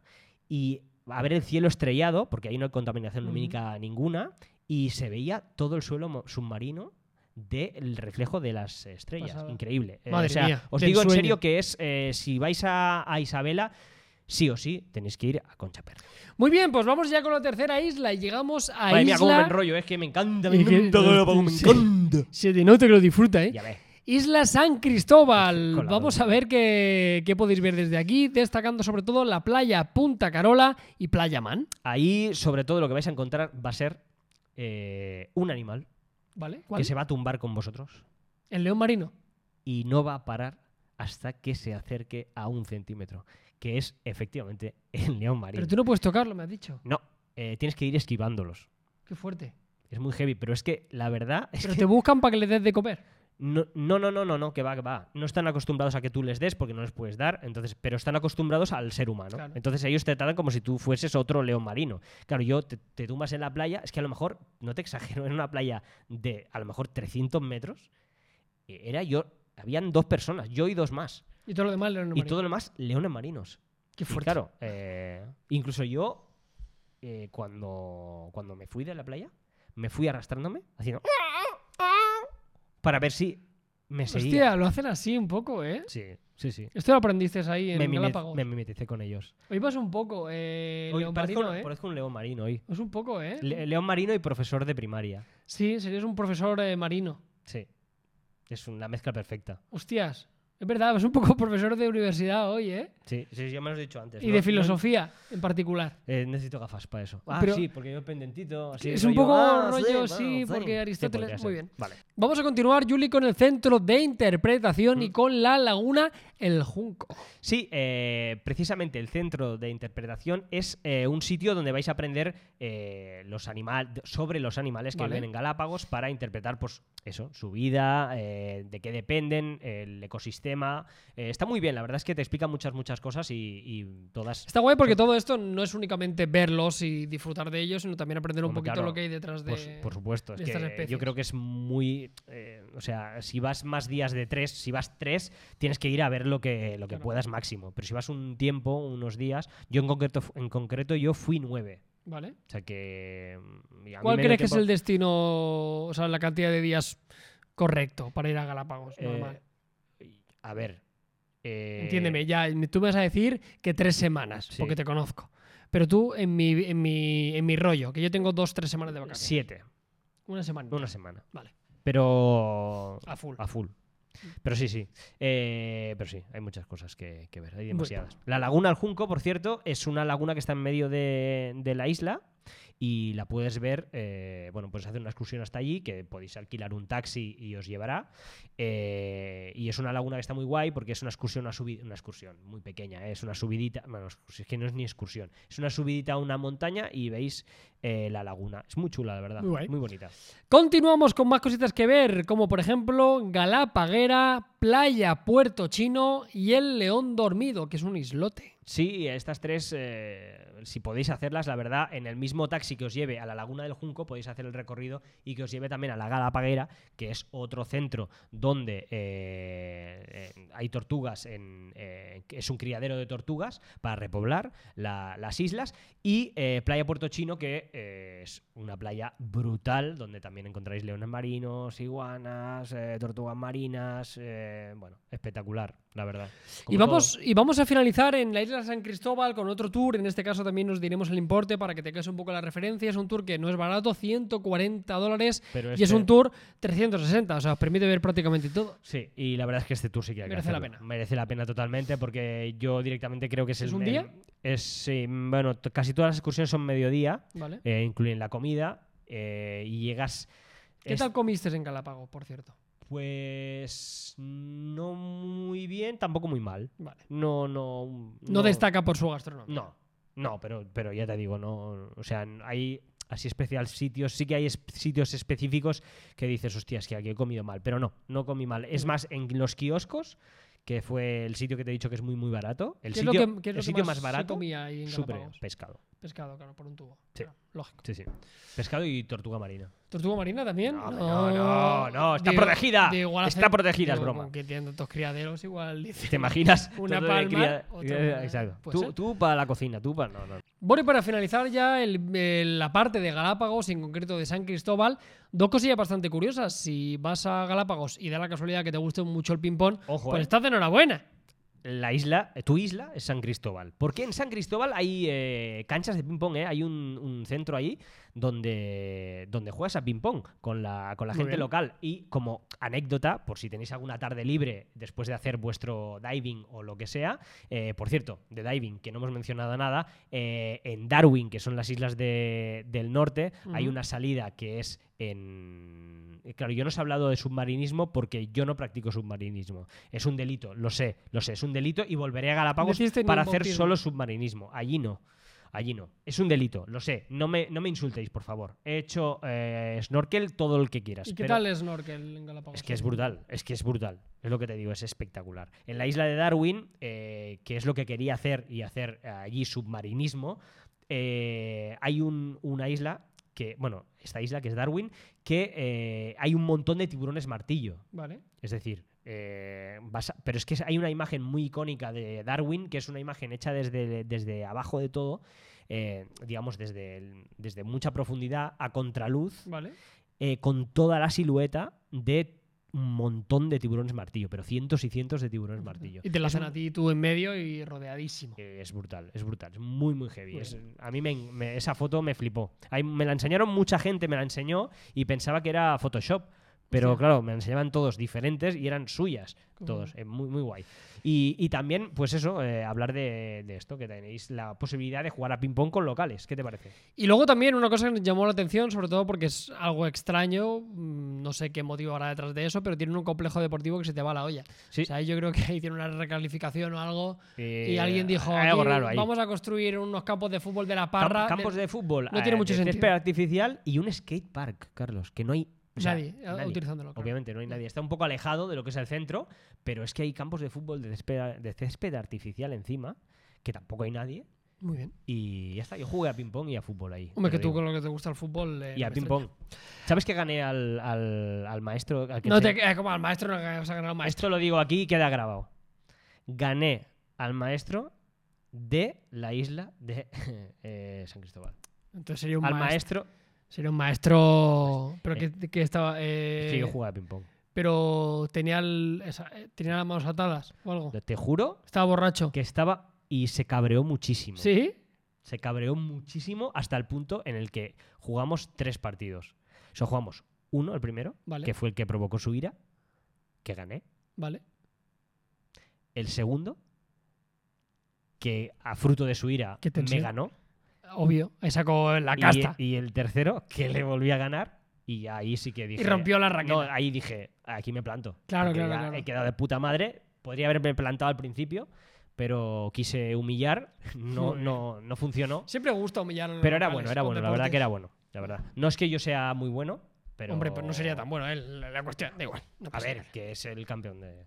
Speaker 1: y a ver el cielo estrellado, porque ahí no hay contaminación
Speaker 2: Ujú.
Speaker 1: lumínica ninguna, y se veía todo el suelo mo- submarino del reflejo de las estrellas.
Speaker 2: Pasada.
Speaker 1: Increíble. Eh,
Speaker 2: Madre
Speaker 1: o sea,
Speaker 2: mía,
Speaker 1: os
Speaker 2: del
Speaker 1: digo en
Speaker 2: sueño.
Speaker 1: serio que es, eh, si vais a, a Isabela, sí o sí tenéis que ir a Concha Perla.
Speaker 2: Muy bien, pues vamos ya con la tercera isla y llegamos a
Speaker 1: Madre mía,
Speaker 2: isla.
Speaker 1: cómo me enrollo, es que me encanta, me
Speaker 2: Y que-
Speaker 1: encanta, Galápagos, me
Speaker 2: sí.
Speaker 1: encanta.
Speaker 2: Se te nota que lo disfruta, ¿eh?
Speaker 1: Ya ves.
Speaker 2: Isla San
Speaker 1: Con
Speaker 2: Cristóbal.
Speaker 1: la
Speaker 2: Vamos a
Speaker 1: duda.
Speaker 2: ver qué, qué podéis ver desde aquí, destacando sobre todo la playa Punta Carola y Playa Man.
Speaker 1: Ahí, sobre todo, lo que vais a encontrar va a ser eh, un animal
Speaker 2: ¿Vale? ¿Cuál?
Speaker 1: que se va a tumbar con vosotros
Speaker 2: El león marino.
Speaker 1: y no va a parar hasta que se acerque a un centímetro, que es efectivamente el león marino.
Speaker 2: Pero tú no puedes tocarlo, me has dicho.
Speaker 1: No, eh, tienes que ir esquivándolos.
Speaker 2: Qué fuerte.
Speaker 1: Es muy heavy, pero es que la verdad es
Speaker 2: Pero
Speaker 1: que
Speaker 2: te buscan para que le des de comer.
Speaker 1: No, no, no, no, no, no, que va, que va. No están acostumbrados a que tú les des porque no les puedes dar, entonces, pero están acostumbrados al ser humano.
Speaker 2: Claro.
Speaker 1: Entonces ellos te tratan como si tú fueses otro león marino. Claro, yo te, te tumbas en la playa, es que a lo mejor, no te exagero, en una playa de a lo mejor 300 metros, eh, era yo, habían dos personas, yo y dos más.
Speaker 2: Y todo lo demás, Leonardo
Speaker 1: Y todo lo demás, leones marinos.
Speaker 2: Qué
Speaker 1: Y
Speaker 2: fuerte.
Speaker 1: claro, eh, incluso yo, eh, cuando, cuando me fui de la playa, me fui arrastrándome, haciendo... Para ver si me seguía.
Speaker 2: Hostia, lo hacen así un poco, ¿eh?
Speaker 1: Sí, sí, sí.
Speaker 2: Esto lo aprendiste ahí en
Speaker 1: Me, mime-
Speaker 2: Galápagos.
Speaker 1: me mimeticé con ellos.
Speaker 2: Hoy vas un poco, eh,
Speaker 1: Hoy
Speaker 2: León
Speaker 1: parezco,
Speaker 2: Marino, ¿eh?
Speaker 1: parezco un león marino hoy.
Speaker 2: Es un poco, ¿eh?
Speaker 1: Le- león marino y profesor de primaria.
Speaker 2: Sí, serías un profesor eh, marino.
Speaker 1: Sí. Es una mezcla perfecta.
Speaker 2: Hostias, es verdad, es un poco profesor de universidad hoy, ¿eh?
Speaker 1: Sí, sí, sí, ya me lo has dicho antes.
Speaker 2: Y
Speaker 1: ¿no?
Speaker 2: de
Speaker 1: No-
Speaker 2: filosofía en particular.
Speaker 1: eh, necesito gafas para eso. Ah,
Speaker 2: Pero-
Speaker 1: sí, porque yo pendentito. así,
Speaker 2: Es un
Speaker 1: rollo,
Speaker 2: poco
Speaker 1: ah,
Speaker 2: rollo,
Speaker 1: bueno,
Speaker 2: sí, porque Aristóteles-
Speaker 1: podría ser.
Speaker 2: muy bien.
Speaker 1: Vale.
Speaker 2: Vamos a continuar, Juli, con el centro de interpretación
Speaker 1: Mm.
Speaker 2: y con la laguna El Junco.
Speaker 1: Sí, eh, precisamente el centro de interpretación es eh, un sitio donde vais a aprender eh, los animal, sobre los animales que
Speaker 2: Vale.
Speaker 1: viven en Galápagos para interpretar, pues, eso, su vida, eh, de qué dependen, el ecosistema. Eh, está muy bien, la verdad es que te explica muchas, muchas cosas y, y todas.
Speaker 2: Está guay porque todo esto no es únicamente verlos y disfrutar de ellos, sino también aprender un
Speaker 1: Hombre,
Speaker 2: poquito
Speaker 1: claro,
Speaker 2: lo que hay detrás de...
Speaker 1: Por, su- pues, por supuesto, es
Speaker 2: de estas
Speaker 1: que yo
Speaker 2: especies.
Speaker 1: creo que es muy. eh, o sea, si vas más días de tres, si vas tres, tienes que ir a ver lo que, lo que
Speaker 2: Claro.
Speaker 1: puedas máximo. Pero si vas un tiempo, unos días, yo en concreto, en concreto yo fui nueve.
Speaker 2: ¿Vale?
Speaker 1: O sea que. mm, y a mí
Speaker 2: ¿Cuál
Speaker 1: me dio
Speaker 2: crees que es
Speaker 1: tiempo-
Speaker 2: el destino, o sea, la cantidad de días correcto para ir a Galápagos?
Speaker 1: Eh,
Speaker 2: normal?
Speaker 1: a ver. eh,
Speaker 2: Entiéndeme, ya tú me vas a decir que tres semanas,
Speaker 1: Sí.
Speaker 2: porque te conozco. Pero tú en mi, en mi, en mi rollo, que yo tengo dos, tres semanas de vacaciones.
Speaker 1: Siete.
Speaker 2: Una semana.
Speaker 1: Una semana.
Speaker 2: Vale.
Speaker 1: Pero.
Speaker 2: A full.
Speaker 1: A full. Pero sí, sí. Eh, pero sí, hay muchas cosas que, que ver. Hay demasiadas. La laguna del Junco, por cierto, es una laguna que está en medio de, de la isla y la puedes ver. eh, bueno, pues hacer una excursión hasta allí, que podéis alquilar un taxi y os llevará. Eh, y es una laguna que está muy guay porque es una excursión, una, subi- una excursión muy pequeña. ¿eh? Es una subidita. Bueno, es que no es ni excursión. Es una subidita a una montaña y veis eh, la laguna. Es muy chula, la verdad.
Speaker 2: Muy guay.
Speaker 1: muy bonita.
Speaker 2: Continuamos con más cositas que ver, como por ejemplo Galapaguera, Playa Puerto Chino y el León Dormido, que es un islote.
Speaker 1: Sí, estas tres, eh, si podéis hacerlas, la verdad, en el mismo taxi que os lleve a la Laguna del Junco, podéis hacer el recorrido y que os lleve también a la Galapaguera, que es otro centro donde eh, eh, hay tortugas, en, eh, que es un criadero de tortugas para repoblar la- las islas, y eh, Playa Puerto Chino, que eh, es una playa brutal, donde también encontráis leones marinos, iguanas, eh, tortugas marinas, eh, bueno, espectacular, la verdad.
Speaker 2: Y
Speaker 1: Como
Speaker 2: vamos, y vamos a finalizar en la isla San Cristóbal con otro tour. En este caso también nos diremos el importe para que tengáis un poco la referencia. Es un tour que no es barato, 140 dólares.
Speaker 1: todo, pero
Speaker 2: Y es
Speaker 1: este-
Speaker 2: un tour 360, o sea, os permite ver prácticamente todo.
Speaker 1: Sí, y la verdad es que este tour sí que hay que
Speaker 2: Merece la
Speaker 1: hacerlo.
Speaker 2: pena.
Speaker 1: Merece la pena totalmente porque yo directamente creo que es,
Speaker 2: ¿Es
Speaker 1: el-
Speaker 2: un día?
Speaker 1: el- es, sí, bueno, t- casi todas las excursiones son mediodía,
Speaker 2: ¿Vale?
Speaker 1: eh, incluyen la comida eh, y llegas...
Speaker 2: ¿Qué
Speaker 1: es-
Speaker 2: tal comiste en Galápagos, por cierto?
Speaker 1: Pues no muy bien, tampoco muy mal.
Speaker 2: Vale.
Speaker 1: No, no...
Speaker 2: No, destaca por su gastronomía.
Speaker 1: No, no, pero, pero ya te digo, no. O sea, n- hay así especial sitios, sí que hay es- sitios específicos que dices, hostia, es que aquí he comido mal, pero no, no comí mal. Es
Speaker 2: Ya.
Speaker 1: más, en los kioscos, que fue el sitio que te he dicho que es muy, muy barato, el
Speaker 2: ¿Qué es lo
Speaker 1: sitio,
Speaker 2: que- qué es lo
Speaker 1: el
Speaker 2: que
Speaker 1: sitio
Speaker 2: más
Speaker 1: más,
Speaker 2: se
Speaker 1: barato,
Speaker 2: comía ahí en
Speaker 1: súper
Speaker 2: Galápagos?
Speaker 1: pescado.
Speaker 2: Pescado, claro, por un tubo.
Speaker 1: Sí.
Speaker 2: Claro, lógico.
Speaker 1: Sí, sí. Pescado y tortuga marina.
Speaker 2: ¿Tortuga marina también?
Speaker 1: No, no, no, no, está protegida. Está protegida, es
Speaker 2: digo,
Speaker 1: broma.
Speaker 2: con Que tienen tantos criaderos, igual dice.
Speaker 1: ¿Te imaginas?
Speaker 2: Una
Speaker 1: Todo de
Speaker 2: palma,
Speaker 1: cría-
Speaker 2: otra
Speaker 1: eh,
Speaker 2: palma.
Speaker 1: Exacto.
Speaker 2: Puede
Speaker 1: Tú,
Speaker 2: ser. Pues
Speaker 1: tú para la cocina, tú para... No, no.
Speaker 2: Bueno, y para finalizar ya el- el- la parte de Galápagos, y en concreto de San Cristóbal, dos cosillas bastante curiosas. Si vas a Galápagos y da la casualidad que te guste mucho el ping-pong,
Speaker 1: Ojo,
Speaker 2: pues
Speaker 1: eh.
Speaker 2: estás de enhorabuena.
Speaker 1: la isla, eh, tu isla es San Cristóbal. Porque en San Cristóbal hay eh, canchas de ping-pong, ¿eh? hay un, un centro ahí donde, donde juegas a ping-pong con la, con la
Speaker 2: Muy
Speaker 1: gente
Speaker 2: bien.
Speaker 1: local. Y como anécdota, por si tenéis alguna tarde libre después de hacer vuestro diving o lo que sea, eh, por cierto, de diving, que no hemos mencionado nada, eh, en Darwin, que son las islas de- del norte, hay
Speaker 2: Ujú.
Speaker 1: una salida que es en... eh, Claro, yo no os he hablado de submarinismo porque yo no practico submarinismo. Es un delito, lo sé, lo sé, es un delito y volveré a Galápagos
Speaker 2: Deciste en
Speaker 1: para
Speaker 2: un
Speaker 1: hacer
Speaker 2: bautismo.
Speaker 1: solo submarinismo. Allí no. Allí no. Es un delito, lo sé. No me, no me insultéis, por favor. He hecho eh, snorkel todo el que quieras.
Speaker 2: ¿Y qué
Speaker 1: pero-
Speaker 2: tal el snorkel en Galápagos?
Speaker 1: es que es brutal, es que es brutal. Es lo que te digo, es espectacular. En la isla de Darwin, eh, que es lo que quería hacer y hacer eh, allí submarinismo, eh, hay un- una isla que, bueno, esta isla que es Darwin, que eh, hay un montón de tiburones martillo.
Speaker 2: Vale.
Speaker 1: Es decir, eh, vas a- pero es que hay una imagen muy icónica de Darwin, que es una imagen hecha desde, desde abajo de todo, eh, digamos, desde, el- desde mucha profundidad, a contraluz
Speaker 2: Vale.
Speaker 1: eh, con toda la silueta de un montón de tiburones martillo, pero cientos y cientos de tiburones martillo.
Speaker 2: Y te la
Speaker 1: Es
Speaker 2: hacen
Speaker 1: un-
Speaker 2: a ti tú en medio y rodeadísimo.
Speaker 1: eh, Es brutal, es brutal, es muy, muy heavy.
Speaker 2: Muy
Speaker 1: Es- a mí me, me- esa foto me flipó. Ahí me la enseñaron mucha gente, me la enseñó y pensaba que era Photoshop. Pero
Speaker 2: Hostia.
Speaker 1: claro, me la enseñaban todos diferentes y eran suyas,
Speaker 2: Qué
Speaker 1: todos. eh, muy, muy guay. Y, y también, pues eso, eh, hablar de, de esto, que tenéis la posibilidad de jugar a ping-pong con locales. ¿Qué te parece?
Speaker 2: Y luego también una cosa que nos llamó la atención, sobre todo porque es algo extraño, mm, no sé qué motivo habrá detrás de eso, pero tienen un complejo deportivo que se te va la olla.
Speaker 1: Sí.
Speaker 2: O sea, yo creo que ahí tiene una recalificación o algo. Y
Speaker 1: Eh,
Speaker 2: alguien dijo,
Speaker 1: hay algo
Speaker 2: "Aquí
Speaker 1: raro ahí.
Speaker 2: vamos a construir unos campos de fútbol de la
Speaker 1: Cam-
Speaker 2: parra.
Speaker 1: campos de fútbol.
Speaker 2: no tiene
Speaker 1: eh,
Speaker 2: mucho
Speaker 1: de césped
Speaker 2: sentido.
Speaker 1: artificial y un skate park, Carlos, que no hay. o sea,
Speaker 2: Nadie, eh, utilizándolo. claro.
Speaker 1: Obviamente, no hay nadie. Está un poco alejado de lo que es el centro, pero es que hay campos de fútbol de césped, de césped artificial encima, que tampoco hay nadie.
Speaker 2: Muy bien.
Speaker 1: Y ya está, yo jugué a ping-pong y a fútbol ahí.
Speaker 2: Hombre,
Speaker 1: te
Speaker 2: que
Speaker 1: lo
Speaker 2: tú
Speaker 1: digo.
Speaker 2: con lo que te gusta el fútbol. eh,
Speaker 1: Y
Speaker 2: no
Speaker 1: a
Speaker 2: me
Speaker 1: ping-pong. ¿Sabes que gané al, al- al maestro? al que
Speaker 2: No
Speaker 1: enseñó-
Speaker 2: te, eh, como al maestro no vas a ganar al maestro.
Speaker 1: Esto lo digo aquí y queda grabado. Gané al maestro de la isla de eh, San Cristóbal.
Speaker 2: Entonces sería un
Speaker 1: Al
Speaker 2: maestro.
Speaker 1: maestro,
Speaker 2: Sería un maestro. Pero
Speaker 1: Eh,
Speaker 2: que, que estaba.
Speaker 1: es
Speaker 2: eh,
Speaker 1: que yo jugaba a ping-pong.
Speaker 2: pero tenía, el- esa- eh, tenía las manos atadas o algo.
Speaker 1: Te juro
Speaker 2: Estaba borracho.
Speaker 1: que estaba y se cabreó muchísimo.
Speaker 2: ¿Sí?
Speaker 1: Se cabreó muchísimo hasta el punto en el que jugamos tres partidos. O sea, jugamos uno, el primero,
Speaker 2: Vale.
Speaker 1: que fue el que provocó su ira, que gané.
Speaker 2: Vale.
Speaker 1: El segundo, que a fruto de su ira
Speaker 2: Qué
Speaker 1: me
Speaker 2: tensión.
Speaker 1: ganó.
Speaker 2: Obvio. Ahí sacó la
Speaker 1: Y-
Speaker 2: casta. Y,
Speaker 1: Y, el tercero, que le volví a ganar. Y ahí sí que dije.
Speaker 2: rompió la
Speaker 1: No,
Speaker 2: raqueta.
Speaker 1: ahí dije, aquí me planto.
Speaker 2: Claro,
Speaker 1: Porque
Speaker 2: claro,
Speaker 1: ya
Speaker 2: claro.
Speaker 1: He quedado de puta madre. Podría haberme plantado al principio, pero quise humillar. No,
Speaker 2: Muy bien.
Speaker 1: no, no funcionó.
Speaker 2: Siempre gusta humillar a los
Speaker 1: ah, Pero era
Speaker 2: locales
Speaker 1: bueno, era
Speaker 2: con
Speaker 1: bueno. La verdad que
Speaker 2: deportes.
Speaker 1: era bueno. La verdad. No es que yo sea muy bueno, pero.
Speaker 2: Hombre, pero no sería tan bueno, pues eh, la, la cuestión. Da igual. no
Speaker 1: A
Speaker 2: pasa
Speaker 1: ver,
Speaker 2: nada.
Speaker 1: que es el campeón de.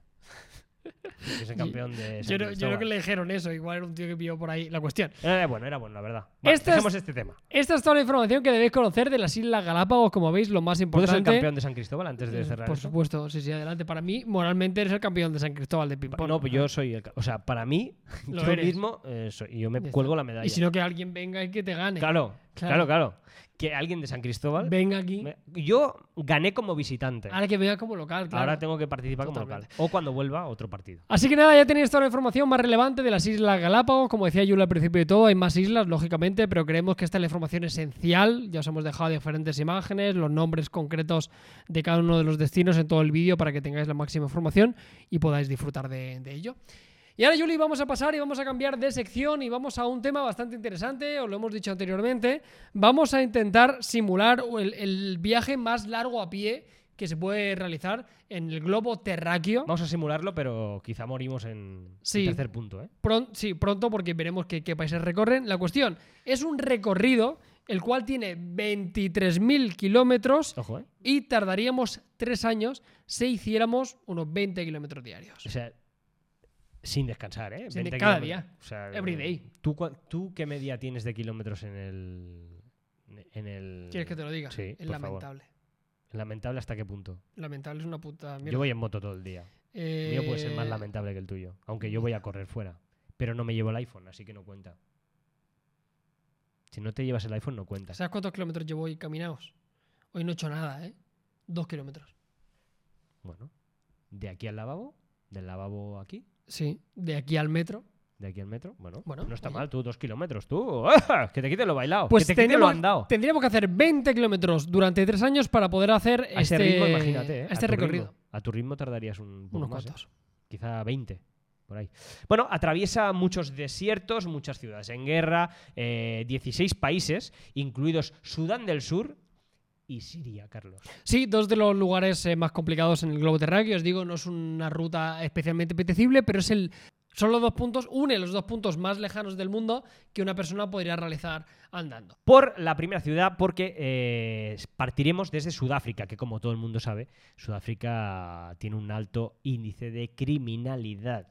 Speaker 1: que es el campeón de.
Speaker 2: Yo,
Speaker 1: San
Speaker 2: creo- yo creo que
Speaker 1: Cristóbal.
Speaker 2: le dijeron eso. Igual era un tío que pilló por ahí. La cuestión.
Speaker 1: Era bueno, era bueno, la verdad. Vale,
Speaker 2: Este es-
Speaker 1: dejemos este tema.
Speaker 2: Esta es toda la información que debéis conocer de las Islas Galápagos. Como veis, lo más
Speaker 1: ¿Puedo
Speaker 2: importante.
Speaker 1: ser campeón de San Cristóbal antes de
Speaker 2: Eh,
Speaker 1: cerrar?
Speaker 2: Por
Speaker 1: esto?
Speaker 2: supuesto, sí, sí, adelante. Para mí, moralmente eres el campeón de San Cristóbal de ping-pong.
Speaker 1: No, pues yo soy el. ca- O sea, para mí,
Speaker 2: Lo
Speaker 1: yo
Speaker 2: eres.
Speaker 1: mismo, eh, soy- yo me
Speaker 2: Ya está.
Speaker 1: cuelgo la medalla.
Speaker 2: Y si no, que alguien venga y que te gane.
Speaker 1: claro,
Speaker 2: Claro.
Speaker 1: claro, claro, Que alguien de San Cristóbal.
Speaker 2: venga aquí.
Speaker 1: me- Yo gané como visitante.
Speaker 2: Ahora que venga como local, Ah, claro.
Speaker 1: Ahora tengo que participar como
Speaker 2: Totalmente.
Speaker 1: local. O cuando vuelva, otro partido.
Speaker 2: Así que nada, ya tenéis toda la información más relevante de las Islas Galápagos. Como decía Yula al principio de todo, hay más islas, lógicamente, pero creemos que esta es la información esencial. Ya os hemos dejado diferentes imágenes, los nombres concretos de cada uno de los destinos en todo el vídeo para que tengáis la máxima información y podáis disfrutar de, de ello. Y ahora, Yuli, vamos a pasar y vamos a cambiar de sección y vamos a un tema bastante interesante, os lo hemos dicho anteriormente. Vamos a intentar simular el, el viaje más largo a pie que se puede realizar en el globo terráqueo.
Speaker 1: Vamos a simularlo, pero quizá morimos en
Speaker 2: Sí.
Speaker 1: el tercer punto, ¿eh?
Speaker 2: Pron- sí, pronto porque veremos qué, qué países recorren. La cuestión es un recorrido el cual tiene 23.000 kilómetros
Speaker 1: Ojo, ¿eh?
Speaker 2: y tardaríamos tres años si hiciéramos unos 20 kilómetros diarios.
Speaker 1: O sea, sin descansar, ¿eh?
Speaker 2: Sin de-
Speaker 1: 20
Speaker 2: cada
Speaker 1: kilómetros.
Speaker 2: día.
Speaker 1: O sea,
Speaker 2: Every day.
Speaker 1: ¿tú, cua- ¿Tú qué media tienes de kilómetros en el. en el.
Speaker 2: ¿Quieres que te lo diga?
Speaker 1: Sí,
Speaker 2: es
Speaker 1: por favor.
Speaker 2: lamentable.
Speaker 1: Lamentable hasta qué punto.
Speaker 2: Lamentable es una puta mierda.
Speaker 1: Yo voy en moto todo el día. El mío puede ser más
Speaker 2: Eh,
Speaker 1: lamentable que el tuyo, aunque yo voy a correr fuera. Pero no me llevo el iPhone, así que no cuenta. Si no te llevas el iPhone, no cuenta.
Speaker 2: ¿Sabes cuántos kilómetros llevo hoy caminados? Hoy no he hecho nada, ¿eh? Dos kilómetros.
Speaker 1: Bueno, de aquí al lavabo, del lavabo aquí,
Speaker 2: Sí, de aquí al metro.
Speaker 1: de aquí al metro, bueno,
Speaker 2: Bueno,
Speaker 1: no está
Speaker 2: oye.
Speaker 1: mal, tú dos kilómetros, tú, ¡ah! que te quiten lo bailado,
Speaker 2: Pues
Speaker 1: que te quiten lo
Speaker 2: tendríamos-
Speaker 1: andado.
Speaker 2: Tendríamos que hacer 20 kilómetros durante tres años para poder hacer
Speaker 1: A ese
Speaker 2: este,
Speaker 1: ritmo, imagínate, ¿eh?
Speaker 2: a este
Speaker 1: tu ritmo.
Speaker 2: recorrido.
Speaker 1: a tu ritmo tardarías un poco
Speaker 2: Unos
Speaker 1: más, ¿eh?
Speaker 2: cuantos.
Speaker 1: quizá 20, por ahí. Bueno, atraviesa muchos desiertos, muchas ciudades en guerra, eh, 16 países, incluidos Sudán del Sur y Siria, Carlos.
Speaker 2: Sí, dos de los lugares eh, más complicados en el globo terráqueo. Os digo, no es una ruta especialmente apetecible, pero es el Son los dos puntos, une los dos puntos más lejanos del mundo que una persona podría realizar andando.
Speaker 1: Por la primera ciudad, porque eh, partiremos desde Sudáfrica, que como todo el mundo sabe, Sudáfrica tiene un alto índice de criminalidad.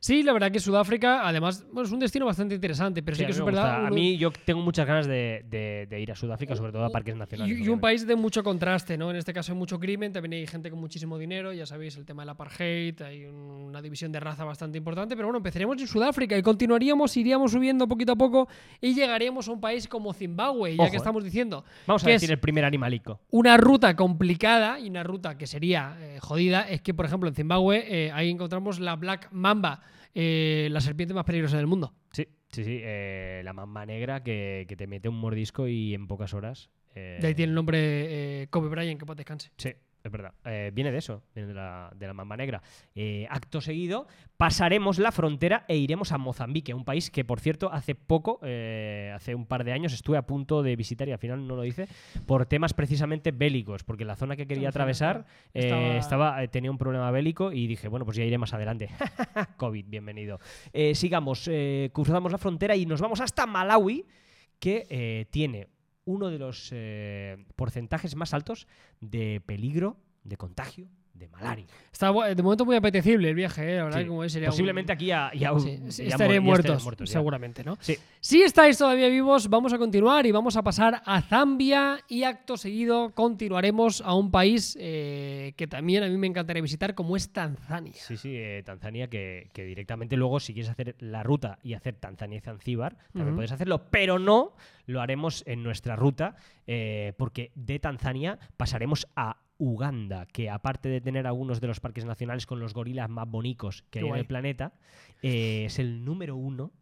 Speaker 2: Sí, la verdad que Sudáfrica, además, bueno, es un destino bastante interesante, pero sí,
Speaker 1: a
Speaker 2: que
Speaker 1: mí
Speaker 2: es
Speaker 1: me
Speaker 2: verdad.
Speaker 1: gusta. A
Speaker 2: uno-
Speaker 1: mí yo tengo muchas ganas de, de- de ir a Sudáfrica, sobre todo a
Speaker 2: un-
Speaker 1: parques nacionales.
Speaker 2: Y, y un
Speaker 1: obviamente.
Speaker 2: país de mucho contraste, ¿no? En este caso hay mucho crimen, también hay gente con muchísimo dinero, ya sabéis, el tema del apartheid, hay un- una división de raza bastante importante, pero bueno, empezaremos en Sudáfrica y continuaríamos, iríamos subiendo poquito a poco y llegaríamos a un país como Zimbabue, ya
Speaker 1: Ojo,
Speaker 2: que
Speaker 1: eh.
Speaker 2: estamos diciendo
Speaker 1: Vamos a
Speaker 2: que
Speaker 1: decir
Speaker 2: es-
Speaker 1: el primer animalico.
Speaker 2: una ruta complicada y una ruta que sería eh, jodida es que, por ejemplo, en Zimbabue eh, ahí encontramos la Black Mamba, eh, la serpiente más peligrosa del mundo.
Speaker 1: Sí, sí, sí. eh, la mamba negra que, que te mete un mordisco y en pocas horas. eh,
Speaker 2: De ahí tiene el nombre eh, Kobe Bryant, que paz descanse.
Speaker 1: Sí, es verdad. Eh, viene de eso, viene de la, de la mamba negra. Eh, acto seguido, pasaremos la frontera e iremos a Mozambique, un país que, por cierto, hace poco, eh, hace un par de años, estuve a punto de visitar y al final no lo hice, por temas precisamente bélicos, porque la zona que quería
Speaker 2: Entonces,
Speaker 1: atravesar eh,
Speaker 2: Estaba-
Speaker 1: estaba, eh, tenía un problema bélico y dije, bueno, pues ya iré más adelante. COVID, bienvenido. Eh, sigamos, eh, cruzamos la frontera y nos vamos hasta Malawi, que eh, tiene uno de los eh, porcentajes más altos de peligro de contagio de malaria.
Speaker 2: Está bu- de momento muy apetecible el viaje, ¿eh? la verdad
Speaker 1: Sí.
Speaker 2: que como veis sería un-
Speaker 1: Posiblemente aquí ya, ya- ya
Speaker 2: Sí, sí,
Speaker 1: mu-
Speaker 2: estaréis
Speaker 1: ya
Speaker 2: muertos,
Speaker 1: muertos ya.
Speaker 2: seguramente, ¿no?
Speaker 1: Sí.
Speaker 2: Si estáis todavía vivos, vamos a continuar y vamos a pasar a Zambia y acto seguido continuaremos a un país eh, que también a mí me encantaría visitar como es Tanzania.
Speaker 1: Sí, sí, eh, Tanzania, que, que directamente luego, si quieres hacer la ruta y hacer Tanzania y Zanzíbar, también
Speaker 2: Ujú.
Speaker 1: puedes hacerlo, pero no lo haremos en nuestra ruta, eh, porque de Tanzania pasaremos a Uganda, que aparte de tener algunos de los parques nacionales con los gorilas más bonitos que
Speaker 2: Qué
Speaker 1: hay en
Speaker 2: guay.
Speaker 1: el planeta, eh, es el número uno.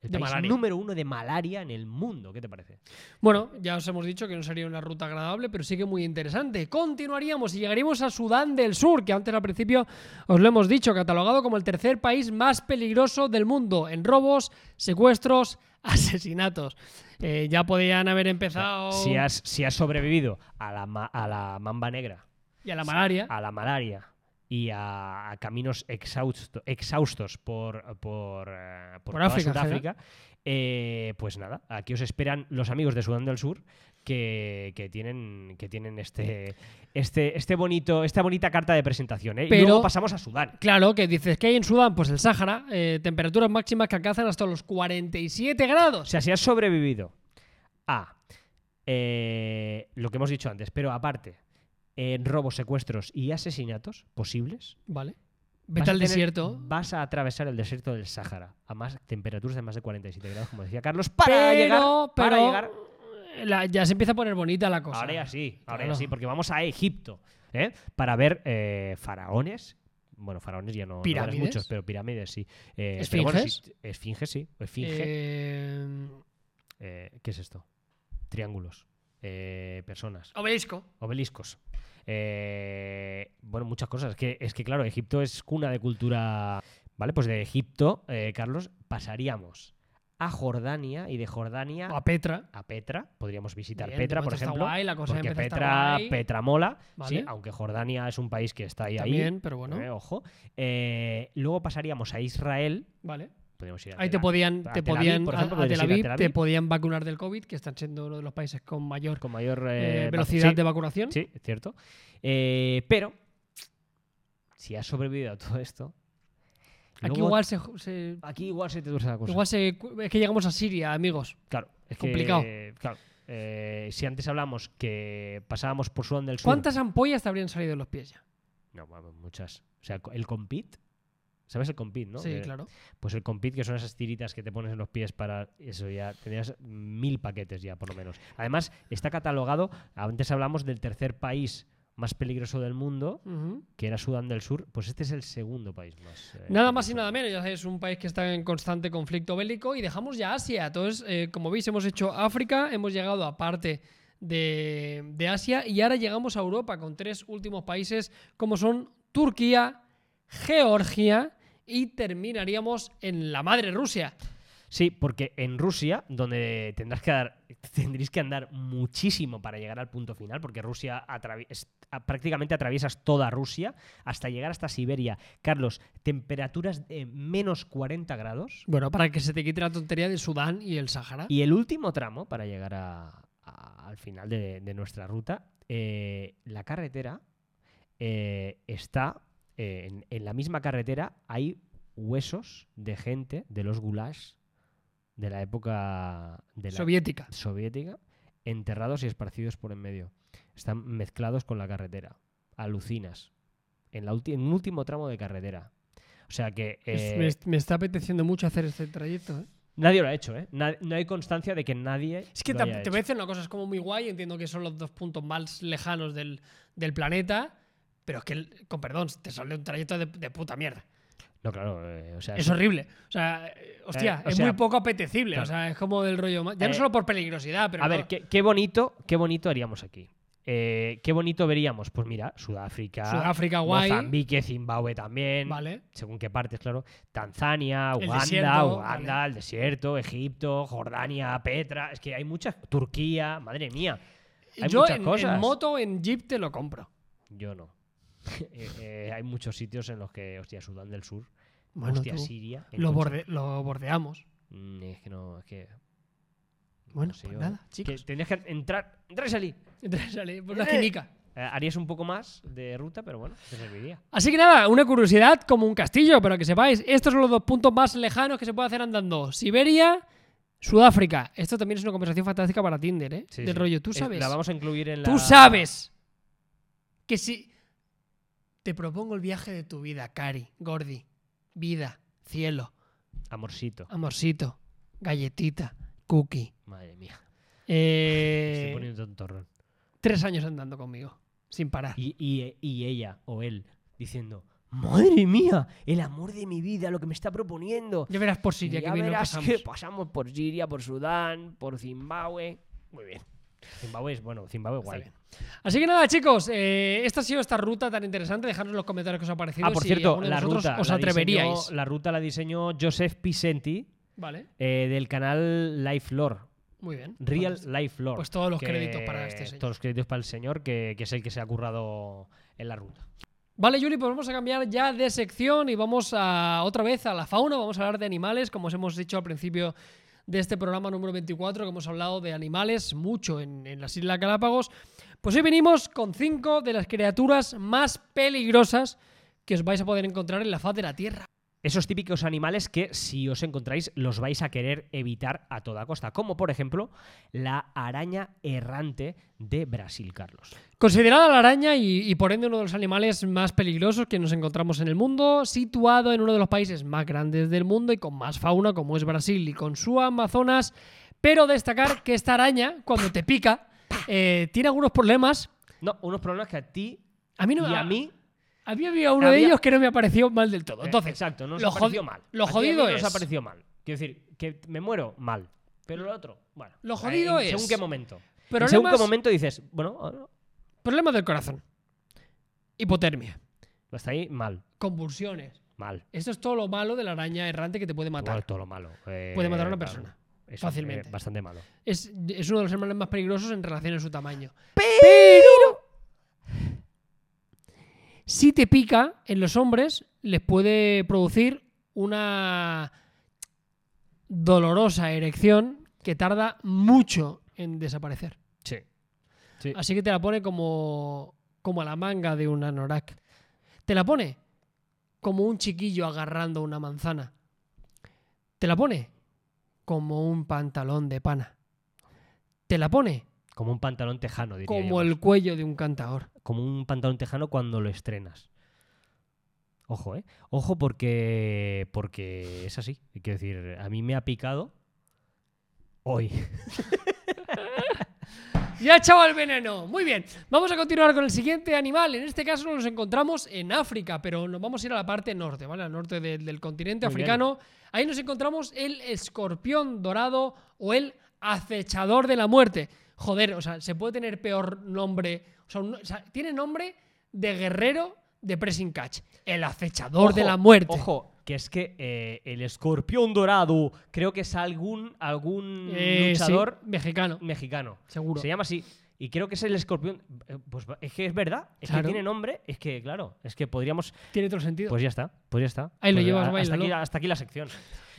Speaker 1: El
Speaker 2: De
Speaker 1: país
Speaker 2: malaria.
Speaker 1: número uno de malaria en el mundo, ¿qué te parece?
Speaker 2: Bueno, ya os hemos dicho que no sería una ruta agradable, pero sí que muy interesante. Continuaríamos y llegaríamos a Sudán del Sur, que antes al principio os lo hemos dicho, catalogado como el tercer país más peligroso del mundo en robos, secuestros, asesinatos. Eh, ya podían haber
Speaker 1: O sea,
Speaker 2: empezado
Speaker 1: si, has, si has sobrevivido a la, ma- a la mamba negra,
Speaker 2: y a la malaria.
Speaker 1: a la malaria y a, a caminos exhausto- exhaustos por, por, eh, por
Speaker 2: Por
Speaker 1: toda
Speaker 2: África,
Speaker 1: Sudáfrica, eh, pues nada, aquí os esperan los amigos de Sudán del Sur que, que tienen, que tienen este, este, este bonito, esta bonita carta de presentación. ¿eh? y
Speaker 2: Pero-
Speaker 1: luego pasamos a Sudán.
Speaker 2: Claro, que dices que hay en Sudán, pues el Sáhara, eh, temperaturas máximas que alcanzan hasta los 47
Speaker 1: O
Speaker 2: grados.
Speaker 1: sea, si has sobrevivido a eh, lo que hemos dicho antes, pero aparte, en robos, secuestros y asesinatos posibles,
Speaker 2: Vale.
Speaker 1: Vas
Speaker 2: Vete
Speaker 1: a
Speaker 2: al
Speaker 1: tener-
Speaker 2: desierto.
Speaker 1: Vas a atravesar el desierto del Sáhara a más temperaturas de más de 47 grados, como decía Carlos, para
Speaker 2: pero,
Speaker 1: llegar. para
Speaker 2: pero eh,
Speaker 1: llegar-
Speaker 2: la- ya se empieza a poner bonita la cosa.
Speaker 1: ahora ya sí, ahora ya
Speaker 2: claro.
Speaker 1: sí, porque vamos a Egipto ¿eh? para ver eh, faraones. Bueno, faraones ya no, no verás
Speaker 2: ¿Pirámides?
Speaker 1: muchos, pero pirámides sí. Eh, pero bueno, sí,
Speaker 2: ¿Esfinges?
Speaker 1: esfinge sí. o Esfinge.
Speaker 2: Eh,
Speaker 1: Eh, ¿Qué es esto? Triángulos. Eh, personas.
Speaker 2: obelisco.
Speaker 1: Obeliscos. Eh, bueno, muchas cosas. Es que, es que, claro, Egipto es cuna de cultura. Vale, pues de Egipto, eh, Carlos, pasaríamos a Jordania y de Jordania
Speaker 2: A Petra.
Speaker 1: a Petra. Podríamos visitar
Speaker 2: Bien, de
Speaker 1: Petra, por
Speaker 2: momento está
Speaker 1: ejemplo.
Speaker 2: guay, la cosa
Speaker 1: porque
Speaker 2: empieza a estar
Speaker 1: Petra,
Speaker 2: guay.
Speaker 1: Petra mola, sí,
Speaker 2: Vale.
Speaker 1: aunque Jordania es un país que está ahí, ahí,
Speaker 2: También, pero bueno.
Speaker 1: eh, ojo. Eh, luego pasaríamos a Israel.
Speaker 2: Vale.
Speaker 1: Podríamos ir a
Speaker 2: Ahí
Speaker 1: Tel
Speaker 2: te
Speaker 1: Aviv,
Speaker 2: podían,
Speaker 1: a
Speaker 2: te
Speaker 1: Tel Aviv,
Speaker 2: podían,
Speaker 1: por
Speaker 2: a-
Speaker 1: ejemplo,
Speaker 2: a Tel
Speaker 1: podrías ir a
Speaker 2: Aviv,
Speaker 1: Tel
Speaker 2: te
Speaker 1: Aviv.
Speaker 2: podían vacunar del COVID, que están siendo uno de los países con mayor
Speaker 1: con mayor
Speaker 2: eh,
Speaker 1: eh,
Speaker 2: velocidad
Speaker 1: sí,
Speaker 2: de vacunación.
Speaker 1: Sí, es cierto. Eh, pero, si has sobrevivido a todo esto.
Speaker 2: Aquí
Speaker 1: luego-
Speaker 2: igual se, se-
Speaker 1: aquí igual se te tuerce la cosa.
Speaker 2: igual se- es que llegamos a Siria, amigos.
Speaker 1: claro, es que,
Speaker 2: complicado.
Speaker 1: claro, eh, si antes hablamos que pasábamos por Sudán del Sur.
Speaker 2: ¿Cuántas ampollas te habrían salido en los pies ya?
Speaker 1: No, vamos, muchas. O sea, el compit. ¿Sabes el compit, no?
Speaker 2: sí,
Speaker 1: Que-
Speaker 2: claro.
Speaker 1: Pues el compit, que son esas tiritas que te pones en los pies para eso, ya tendrías mil paquetes ya, por lo menos. Además, está catalogado, antes hablamos del tercer país más peligroso del mundo,
Speaker 2: Ujú.
Speaker 1: que era Sudán del Sur, pues este es el segundo país más. eh,
Speaker 2: Nada más y
Speaker 1: peligroso.
Speaker 2: nada menos, ya sabéis, es un país que está en constante conflicto bélico y dejamos ya Asia. Entonces, eh, como veis, hemos hecho África, hemos llegado a parte de, de Asia y ahora llegamos a Europa con tres últimos países como son Turquía, Georgia y terminaríamos en la madre Rusia.
Speaker 1: Sí, porque en Rusia, donde tendrás que dar, tendréis que andar muchísimo para llegar al punto final, porque Rusia atravi- es- a- prácticamente atraviesas toda Rusia hasta llegar hasta Siberia. Carlos, temperaturas de menos 40 grados.
Speaker 2: Bueno, para que se te quite la tontería de Sudán y el Sahara.
Speaker 1: Y el último tramo para llegar a- a- al final de, de nuestra ruta, eh, la carretera eh, está eh, en, en la misma carretera. Hay huesos de gente de los gulags de la época de la
Speaker 2: Soviética.
Speaker 1: soviética enterrados y esparcidos por en medio. Están mezclados con la carretera. Alucinas. En, la ulti- en un último tramo de carretera. O sea que.
Speaker 2: Es-
Speaker 1: eh,
Speaker 2: me, me está apeteciendo mucho hacer este trayecto. ¿eh?
Speaker 1: Nadie lo ha hecho, ¿eh? Na- no hay constancia de que nadie.
Speaker 2: Es que
Speaker 1: lo
Speaker 2: te,
Speaker 1: haya
Speaker 2: te voy a
Speaker 1: hecho.
Speaker 2: decir una cosa, es como muy guay, entiendo que son los dos puntos más lejanos del, del planeta, pero es que, el- con perdón, te sale un trayecto de, de puta mierda.
Speaker 1: No, claro, eh, o sea.
Speaker 2: Es horrible. O sea, eh, hostia,
Speaker 1: Eh, o
Speaker 2: es
Speaker 1: sea,
Speaker 2: muy poco apetecible.
Speaker 1: claro.
Speaker 2: O sea, es como del rollo más. Ya no
Speaker 1: Eh,
Speaker 2: solo por peligrosidad, pero.
Speaker 1: a
Speaker 2: no-
Speaker 1: ver, qué, qué bonito, qué bonito haríamos aquí. Eh, qué bonito veríamos. Pues mira, Sudáfrica,
Speaker 2: Sudáfrica, guay.
Speaker 1: Mozambique, Zimbabue también.
Speaker 2: Vale.
Speaker 1: Según qué partes, claro. Tanzania,
Speaker 2: El
Speaker 1: Uganda,
Speaker 2: desierto,
Speaker 1: Uganda, el desierto, Egipto, Jordania, Petra. Es que hay muchas. Turquía, madre mía. Hay
Speaker 2: Yo
Speaker 1: muchas
Speaker 2: en,
Speaker 1: cosas.
Speaker 2: en moto, en jeep te lo compro.
Speaker 1: Yo no. Eh, eh, hay muchos sitios en los que, hostia, Sudán del Sur,
Speaker 2: Bueno,
Speaker 1: hostia,
Speaker 2: tú,
Speaker 1: Siria. en
Speaker 2: lo,
Speaker 1: coche.
Speaker 2: borde- lo bordeamos.
Speaker 1: Mm, es que no, es que.
Speaker 2: Bueno,
Speaker 1: no sé
Speaker 2: pues
Speaker 1: yo.
Speaker 2: nada,
Speaker 1: Que
Speaker 2: chicos.
Speaker 1: tendrías que entrar, entrar y salir.
Speaker 2: Entonces sale por una esquinica.
Speaker 1: Eh, harías un poco más de ruta, pero bueno, te serviría.
Speaker 2: Así que nada, una curiosidad como un castillo, pero que sepáis, estos son los dos puntos más lejanos que se puede hacer andando. Siberia, Sudáfrica. Esto también es una conversación fantástica para Tinder, ¿eh?
Speaker 1: Sí,
Speaker 2: Del
Speaker 1: sí.
Speaker 2: rollo, tú
Speaker 1: Es-
Speaker 2: sabes.
Speaker 1: La vamos a incluir en la.
Speaker 2: Tú sabes que si te propongo el viaje de tu vida, Cari, Gordi, vida, cielo,
Speaker 1: Amorcito.
Speaker 2: amorcito, galletita, cookie.
Speaker 1: Madre mía. me
Speaker 2: eh,
Speaker 1: Estoy poniendo un torrón.
Speaker 2: Tres años andando conmigo, sin parar.
Speaker 1: Y, y- y ella o él diciendo: Madre mía, el amor de mi vida, lo que me está proponiendo.
Speaker 2: Ya verás por Siria
Speaker 1: ya
Speaker 2: que bien lo
Speaker 1: verás
Speaker 2: pasamos.
Speaker 1: que pasamos por Siria, por Sudán, por Zimbabue. Muy bien. Zimbabue es bueno, Zimbabue guay. Ah,
Speaker 2: bien. Así que nada, chicos, eh, esta ha sido esta ruta tan interesante. Dejadnos en los comentarios que os ha parecido.
Speaker 1: Ah, por
Speaker 2: si
Speaker 1: cierto,
Speaker 2: alguno de
Speaker 1: la
Speaker 2: vosotros
Speaker 1: ruta,
Speaker 2: os
Speaker 1: la
Speaker 2: atreveríais.
Speaker 1: diseñó- la ruta la diseñó Joseph Picenti
Speaker 2: Vale,
Speaker 1: eh, del canal Life Lore,
Speaker 2: muy bien.
Speaker 1: Real
Speaker 2: Fantástico.
Speaker 1: Life Lore.
Speaker 2: Pues todos los
Speaker 1: que-
Speaker 2: créditos para este señor.
Speaker 1: Todos los créditos para el señor, que, que es el que se ha currado en la ruta.
Speaker 2: Vale, Juli, pues vamos a cambiar ya de sección y vamos a otra vez a la fauna. Vamos a hablar de animales, como os hemos dicho al principio de este programa número 24, que hemos hablado de animales mucho en, en las Islas Galápagos. Pues hoy venimos con cinco de las criaturas más peligrosas que os vais a poder encontrar en la faz de la Tierra.
Speaker 1: Esos típicos animales que si os encontráis los vais a querer evitar a toda costa, como por ejemplo la araña errante de Brasil, Carlos.
Speaker 2: Considerada la araña y, y por ende uno de los animales más peligrosos que nos encontramos en el mundo, situado en uno de los países más grandes del mundo y con más fauna como es Brasil y con su Amazonas, pero destacar que esta araña, cuando te pica, eh, tiene algunos problemas.
Speaker 1: No, unos problemas que a ti
Speaker 2: A mí no
Speaker 1: y a mí...
Speaker 2: a mí había uno de
Speaker 1: había-
Speaker 2: ellos que no me pareció mal del todo.
Speaker 1: eh,
Speaker 2: Entonces,
Speaker 1: exacto, no nos
Speaker 2: lo
Speaker 1: ha parecido
Speaker 2: jodi-
Speaker 1: mal.
Speaker 2: lo
Speaker 1: A ti y a mí
Speaker 2: jodido
Speaker 1: No
Speaker 2: es-
Speaker 1: nos ha parecido mal. Quiero decir, que me muero mal. Pero el otro, bueno.
Speaker 2: Lo
Speaker 1: eh,
Speaker 2: jodido
Speaker 1: en Según
Speaker 2: es-
Speaker 1: qué momento. En según qué
Speaker 2: problemas,
Speaker 1: momento dices, bueno, ah,
Speaker 2: problemas del corazón, hipotermia,
Speaker 1: hasta ahí mal,
Speaker 2: convulsiones.
Speaker 1: mal.
Speaker 2: Esto es todo lo malo de la araña errante que te puede matar.
Speaker 1: Todo, todo lo malo. eh,
Speaker 2: Puede matar a una
Speaker 1: claro.
Speaker 2: persona.
Speaker 1: Eso, eh,
Speaker 2: Fácilmente.
Speaker 1: bastante malo.
Speaker 2: Es, es uno de los animales más peligrosos en relación a su tamaño.
Speaker 1: Pero...
Speaker 2: si te pica, en los hombres les puede producir una dolorosa erección que tarda mucho en desaparecer.
Speaker 1: Sí. Sí.
Speaker 2: Así que te la pone como, como a la manga de un anorak. Te la pone como un chiquillo agarrando una manzana. Te la pone como un pantalón de pana. Te la pone
Speaker 1: Como un pantalón tejano, diría yo.
Speaker 2: como el cuello de un cantador.
Speaker 1: Como un pantalón tejano cuando lo estrenas. Ojo, ¿eh? Ojo porque, porque es así. Quiero decir, a mí me ha picado hoy.
Speaker 2: Ya echaba el veneno. Muy bien. Vamos a continuar con el siguiente animal. En este caso nos encontramos en África, pero nos vamos a ir a la parte norte, ¿vale? Al norte del- del continente
Speaker 1: Muy bien.
Speaker 2: africano. Ahí nos encontramos el escorpión dorado o el acechador de la muerte. Joder, o sea, se puede tener peor nombre. O sea, un- o sea, tiene nombre de guerrero de pressing catch. El acechador de
Speaker 1: Ojo,
Speaker 2: la muerte.
Speaker 1: Ojo, que es que eh, el escorpión dorado creo que es algún, algún
Speaker 2: Eh, sí,
Speaker 1: luchador
Speaker 2: mexicano,
Speaker 1: mexicano.
Speaker 2: seguro.
Speaker 1: Se llama así. Y creo que es el escorpión. eh, Pues es que es verdad. Es
Speaker 2: Claro.
Speaker 1: que tiene nombre. Es que, claro, es que podríamos.
Speaker 2: Tiene otro sentido.
Speaker 1: Pues ya está. Pues ya está.
Speaker 2: Ahí lo
Speaker 1: Pues
Speaker 2: llevas,
Speaker 1: a- hasta,
Speaker 2: báilalo.
Speaker 1: aquí, hasta aquí la sección.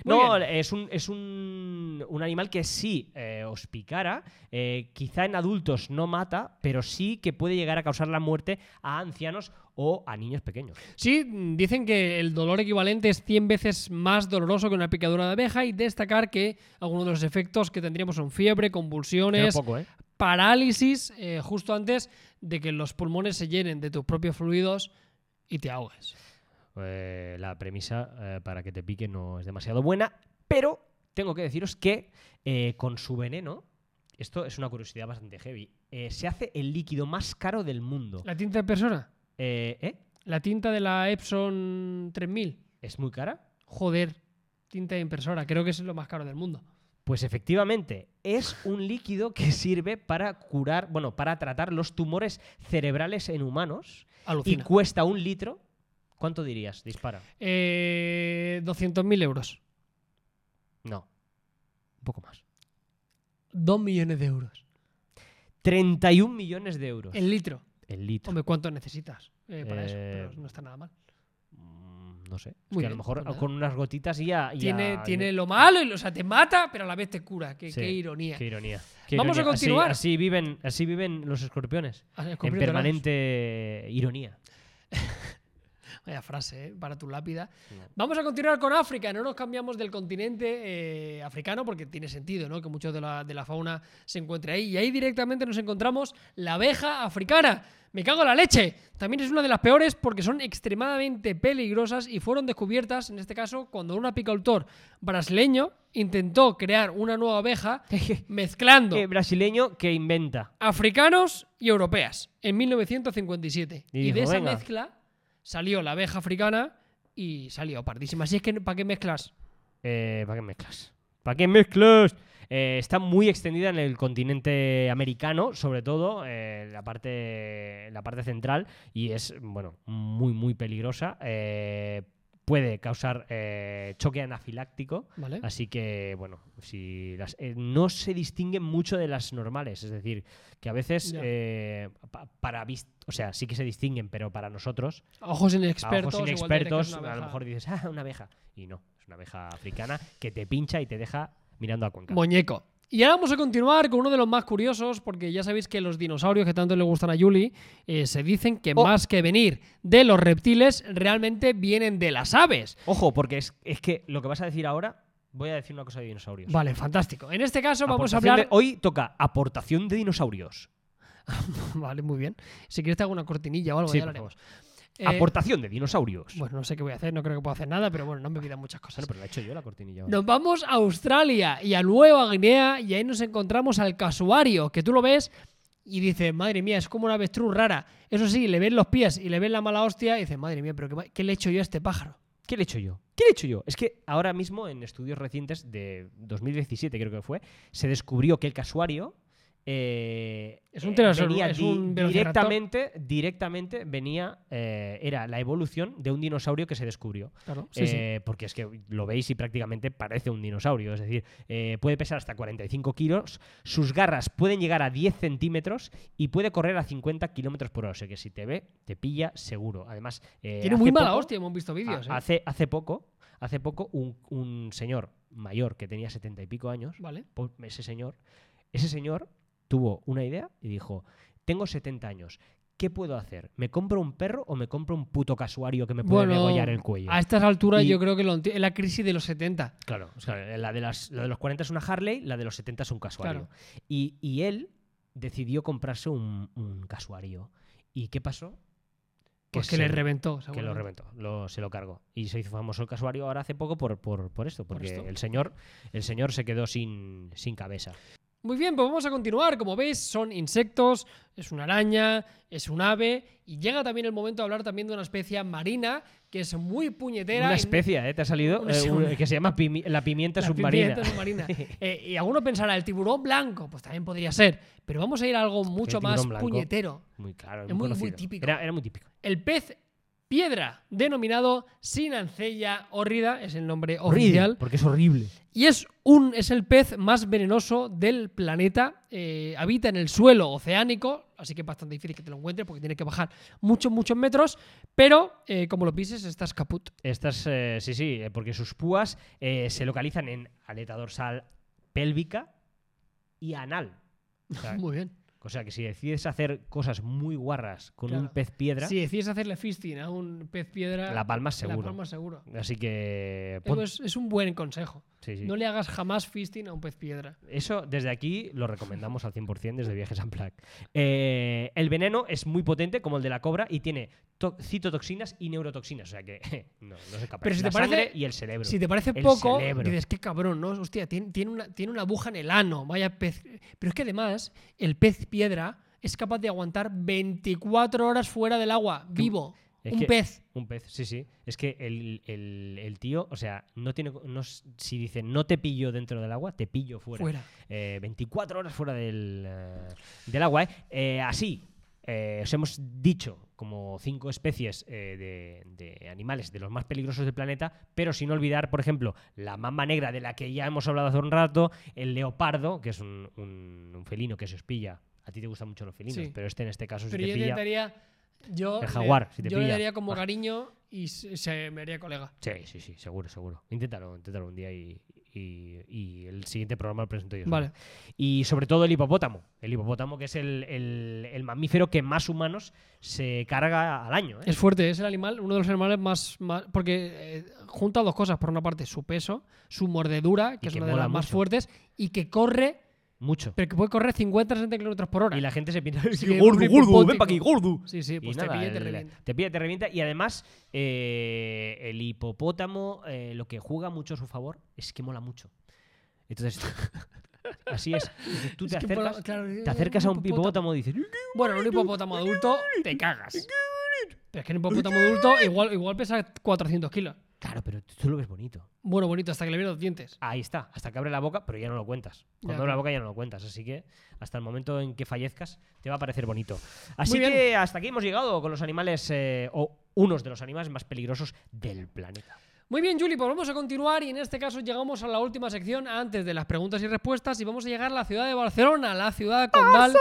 Speaker 2: Muy
Speaker 1: no, es, un, es un, un animal que sí eh, os picara. eh, quizá en adultos no mata, pero sí que puede llegar a causar la muerte a ancianos o a niños pequeños.
Speaker 2: Sí, mm, dicen que el dolor equivalente es 100 veces más doloroso que una picadura de abeja y destacar que algunos de los efectos que tendríamos son fiebre,
Speaker 1: Queda
Speaker 2: convulsiones,
Speaker 1: poco, ¿eh?
Speaker 2: parálisis, eh, justo antes de que los pulmones se llenen de tus propios fluidos y te ahogues.
Speaker 1: Eh, la premisa eh, para que te pique no es demasiado buena, pero tengo que deciros que eh, con su veneno, esto es una curiosidad bastante heavy, eh, se hace el líquido más caro del mundo.
Speaker 2: ¿La tinta de persona?
Speaker 1: Eh, ¿eh?
Speaker 2: ¿La tinta de la Epson 3000?
Speaker 1: ¿Es muy cara?
Speaker 2: Joder, tinta de impresora, creo que es lo más caro del mundo.
Speaker 1: Pues efectivamente, es un líquido que sirve para curar, bueno, para tratar los tumores cerebrales en humanos y
Speaker 2: Alucina.
Speaker 1: cuesta un litro. ¿Cuánto dirías? Dispara.
Speaker 2: Eh, 200.000 euros.
Speaker 1: No. Un poco más.
Speaker 2: 2 millones de euros.
Speaker 1: 31 millones de euros.
Speaker 2: El litro.
Speaker 1: el litro.
Speaker 2: Hombre, ¿cuánto necesitas eh, para eso?
Speaker 1: Eh,
Speaker 2: Pero no está nada mal.
Speaker 1: Mm, No sé. Es
Speaker 2: Muy
Speaker 1: que a
Speaker 2: bien,
Speaker 1: lo mejor
Speaker 2: pues nada.
Speaker 1: con unas gotitas y ya. y
Speaker 2: Tiene,
Speaker 1: ya-
Speaker 2: tiene lo malo, y lo- o sea, te mata, pero a la vez te cura. Qué,
Speaker 1: Sí,
Speaker 2: qué ironía.
Speaker 1: Qué ironía. qué
Speaker 2: Vamos a
Speaker 1: ironía. Así-
Speaker 2: continuar.
Speaker 1: Así, viven, así viven los escorpiones.
Speaker 2: Ah,
Speaker 1: En
Speaker 2: escorpión dorado.
Speaker 1: permanente ironía.
Speaker 2: Vaya frase, ¿eh? para tu lápida. Vamos a continuar con África. No nos cambiamos del continente eh, africano porque tiene sentido, ¿no? Que mucho de la, de la fauna se encuentre ahí. Y ahí directamente nos encontramos la abeja africana. Me cago en la leche. También es una de las peores porque son extremadamente peligrosas y fueron descubiertas, en este caso, cuando un apicultor brasileño intentó crear una nueva abeja mezclando
Speaker 1: Eh, brasileño que inventa.
Speaker 2: africanos y europeas en 1957.
Speaker 1: Y
Speaker 2: Y,
Speaker 1: dijo,
Speaker 2: de esa
Speaker 1: "Venga".
Speaker 2: mezcla salió la abeja africana y salió pardísima. Así es que, ¿para qué mezclas?
Speaker 1: Eh, ¿Para qué mezclas? ¿Para qué mezclas? Eh, está muy extendida en el continente americano, sobre todo eh, la, parte, la parte central, y es bueno, muy, muy peligrosa. Eh, puede causar eh, choque anafiláctico.
Speaker 2: ¿Vale?
Speaker 1: Así que, bueno, si las, eh, no se distinguen mucho de las normales. Es decir, que a veces,
Speaker 2: Ya.
Speaker 1: eh, pa- para vis- o sea, sí que se distinguen, pero para nosotros,
Speaker 2: A ojos
Speaker 1: a
Speaker 2: inexpertos.
Speaker 1: ojos
Speaker 2: igual
Speaker 1: inexpertos,
Speaker 2: detectas una
Speaker 1: a lo
Speaker 2: abeja
Speaker 1: mejor dices, ah, una abeja. Y no, es una abeja africana que te pincha y te deja mirando a Cuenca.
Speaker 2: Muñeco. Y ahora vamos a continuar con uno de los más curiosos, porque ya sabéis que los dinosaurios que tanto le gustan a Julie eh, se dicen que
Speaker 1: Oh.
Speaker 2: más que venir de los reptiles, realmente vienen de las aves.
Speaker 1: Ojo, porque es, es que lo que vas a decir ahora, voy a decir una cosa de dinosaurios.
Speaker 2: Vale, fantástico. En este caso vamos a
Speaker 1: Aportación
Speaker 2: hablar.
Speaker 1: de- hoy toca aportación de dinosaurios.
Speaker 2: Vale, muy bien. Si quieres, te hago una cortinilla o algo,
Speaker 1: Sí,
Speaker 2: ya lo
Speaker 1: por favor. Ah,
Speaker 2: haremos. Eh,
Speaker 1: aportación de dinosaurios. Bueno,
Speaker 2: Bueno, no sé qué voy a hacer, no creo que pueda hacer nada, pero bueno, no me pidan muchas cosas.
Speaker 1: pero la he hecho yo la cortinilla. ahora.
Speaker 2: Nos vamos a Australia y a Nueva Guinea y ahí nos encontramos al casuario, que tú lo ves y dices, madre mía, es como una avestruz rara. Eso sí, le ves los pies y le ves la mala hostia y dices, madre mía, pero qué, ma- qué le he hecho yo a este pájaro?
Speaker 1: ¿Qué le he hecho yo? ¿Qué le he hecho yo? Es que ahora mismo en estudios recientes de 2017 creo que fue, se descubrió que el casuario eh,
Speaker 2: Es un
Speaker 1: eh,
Speaker 2: pterosaurio,
Speaker 1: venía
Speaker 2: es un velociraptor.
Speaker 1: directamente, directamente venía eh, era la evolución de un dinosaurio que se descubrió.
Speaker 2: Claro,
Speaker 1: Eh, Porque es que lo veis y prácticamente parece un dinosaurio. Es decir, eh, puede pesar hasta 45 kilos, sus garras pueden llegar a 10 centímetros y puede correr a 50 kilómetros por hora. O sea que si te ve, te pilla seguro. Además, eh,
Speaker 2: Tiene muy
Speaker 1: hace
Speaker 2: mala
Speaker 1: poco-
Speaker 2: hostia, hemos visto vídeos.
Speaker 1: Ah,
Speaker 2: ¿eh?
Speaker 1: Hace, hace poco, hace poco un, un señor mayor que tenía setenta y pico años,
Speaker 2: Vale.
Speaker 1: po- ese señor, ese señor tuvo una idea y dijo, tengo 70 años, ¿qué puedo hacer? ¿Me compro un perro o me compro un puto casuario que me puede degollar el cuello?
Speaker 2: a estas alturas
Speaker 1: Y-
Speaker 2: yo creo que lo enti- es la crisis de los 70.
Speaker 1: ah, Claro, o sea, la, de las, la de los 40 es una Harley, la de los 70 es un casuario.
Speaker 2: Claro.
Speaker 1: Y, y él decidió comprarse un, un casuario. ¿Y qué pasó?
Speaker 2: Pues que
Speaker 1: se-
Speaker 2: le reventó.
Speaker 1: que lo
Speaker 2: seguramente.
Speaker 1: reventó, lo- se lo cargó. Y se hizo famoso el casuario ahora hace poco por, por, por esto, porque
Speaker 2: esto?
Speaker 1: El, señor, el señor se quedó sin, sin cabeza.
Speaker 2: Muy bien, pues vamos a continuar. Como veis, son insectos, es una araña, es un ave y llega también el momento de hablar también de una especie marina que es muy puñetera.
Speaker 1: una
Speaker 2: y-
Speaker 1: especia, ¿eh? Te ha salido
Speaker 2: Una-
Speaker 1: eh, un-
Speaker 2: una-
Speaker 1: que se llama pimi- la pimienta
Speaker 2: la
Speaker 1: submarina.
Speaker 2: pimienta submarina. Eh, y alguno pensará, el tiburón blanco, pues también podría ser. Pero vamos a ir a algo mucho
Speaker 1: tiburón
Speaker 2: más
Speaker 1: blanco.
Speaker 2: puñetero.
Speaker 1: Muy claro,
Speaker 2: Es muy- muy
Speaker 1: conocido.
Speaker 2: típico.
Speaker 1: Era, era muy típico.
Speaker 2: El pez piedra, denominado Sinancella horrida, es el nombre
Speaker 1: Horrible,
Speaker 2: oficial.
Speaker 1: Porque es horrible.
Speaker 2: Y es, un, es el pez más venenoso del planeta. eh, habita en el suelo oceánico, así que es bastante difícil que te lo encuentres porque tiene que bajar muchos, muchos metros. Pero eh, como lo pises, estás caput.
Speaker 1: Estas, eh, sí, sí, eh, porque sus púas eh, se localizan en aleta dorsal pélvica y anal. O sea,
Speaker 2: Muy bien.
Speaker 1: o sea, que si decides hacer cosas muy guarras con un
Speaker 2: Claro.
Speaker 1: pez piedra,
Speaker 2: Si decides hacerle fisting a un pez piedra,
Speaker 1: la palmas
Speaker 2: la
Speaker 1: seguro.
Speaker 2: palmas seguro.
Speaker 1: Así que.
Speaker 2: Eso
Speaker 1: pon-
Speaker 2: Es, es un buen consejo.
Speaker 1: sí, sí.
Speaker 2: No le hagas jamás fisting a un pez piedra.
Speaker 1: Eso desde aquí lo recomendamos al 100% desde Viajes en Plague. Eh, el veneno es muy potente, como el de la cobra, y tiene to- citotoxinas y neurotoxinas. O sea que no, no se escapa.
Speaker 2: Pero si
Speaker 1: la
Speaker 2: te parece-
Speaker 1: sangre y el cerebro.
Speaker 2: Si te parece
Speaker 1: El
Speaker 2: poco,
Speaker 1: cerebro.
Speaker 2: dices, qué cabrón, ¿no? Hostia, tiene, tiene una, tiene una aguja en el ano, vaya pez. Pero es que además, el pez piedra es capaz de aguantar 24 horas fuera del agua, vivo.
Speaker 1: es
Speaker 2: un
Speaker 1: que-
Speaker 2: pez.
Speaker 1: Un pez, sí, sí. Es que el, el- el tío, o sea, no tiene. no s- si dice no te pillo dentro del agua, te pillo fuera.
Speaker 2: Fuera.
Speaker 1: Eh, 24 horas fuera del, eh, del agua. ¿eh? Eh, así, eh, os hemos dicho como cinco especies eh, de, de animales de los más peligrosos del planeta, pero sin olvidar, por ejemplo, la mamba negra de la que ya hemos hablado hace un rato, el leopardo, que es un, un- un felino que se os pilla. A ti te gustan mucho los felinos,
Speaker 2: Sí.
Speaker 1: pero este en este caso si
Speaker 2: Pero
Speaker 1: te
Speaker 2: yo
Speaker 1: pilla...
Speaker 2: intentaría. Yo,
Speaker 1: El
Speaker 2: le-
Speaker 1: jaguar, si te
Speaker 2: yo le
Speaker 1: pilla.
Speaker 2: daría como
Speaker 1: Ah.
Speaker 2: cariño y se, se me haría colega.
Speaker 1: Sí, sí, sí, seguro, seguro. Inténtalo, inténtalo un día y, y- y el siguiente programa lo presento yo. solo.
Speaker 2: Vale.
Speaker 1: Y sobre todo el hipopótamo. El hipopótamo que es el, el- el mamífero que más humanos se carga al año. ¿eh?
Speaker 2: Es fuerte, es el animal, uno de los animales más. más- porque eh, junta dos cosas. Por una parte, su peso, su mordedura,
Speaker 1: Y
Speaker 2: que es
Speaker 1: que
Speaker 2: una de
Speaker 1: mola
Speaker 2: las más
Speaker 1: mucho.
Speaker 2: fuertes, y que corre,
Speaker 1: Mucho.
Speaker 2: pero que puede correr 50-60 kilómetros por hora.
Speaker 1: Y la gente se piensa,
Speaker 2: Sí,
Speaker 1: "Qué
Speaker 2: es
Speaker 1: gordo, gordo,
Speaker 2: muy
Speaker 1: ven
Speaker 2: hipopótico".
Speaker 1: para aquí, gordo.
Speaker 2: Sí, sí,
Speaker 1: Y
Speaker 2: pues te
Speaker 1: nada,
Speaker 2: pilla y te
Speaker 1: el-
Speaker 2: revienta.
Speaker 1: te pilla y te revienta. Y además, eh, el hipopótamo eh, lo que juega mucho a su favor es que mola mucho. Entonces, así es. Tú te
Speaker 2: Es que por-
Speaker 1: acercas,
Speaker 2: claro, eh,
Speaker 1: te acercas a un hipopótamo y dices,
Speaker 2: Bueno, un hipopótamo adulto te cagas. Pero es que un hipopótamo adulto igual, igual pesa 400 kilos.
Speaker 1: claro, pero tú lo ves bonito.
Speaker 2: Bueno, bonito, hasta que le vieron los dientes.
Speaker 1: Ahí está, hasta que abre la boca, pero ya no lo cuentas. Cuando
Speaker 2: Ya,
Speaker 1: abre la
Speaker 2: claro.
Speaker 1: boca ya no lo cuentas, así que hasta el momento en que fallezcas te va a parecer bonito. Así
Speaker 2: Muy bien.
Speaker 1: que hasta aquí hemos llegado con los animales, eh, o unos de los animales más peligrosos del planeta.
Speaker 2: Muy bien, Juli, pues vamos a continuar y en este caso llegamos a la última sección antes de las preguntas y respuestas y vamos a llegar a la ciudad de Barcelona, la ciudad con Val.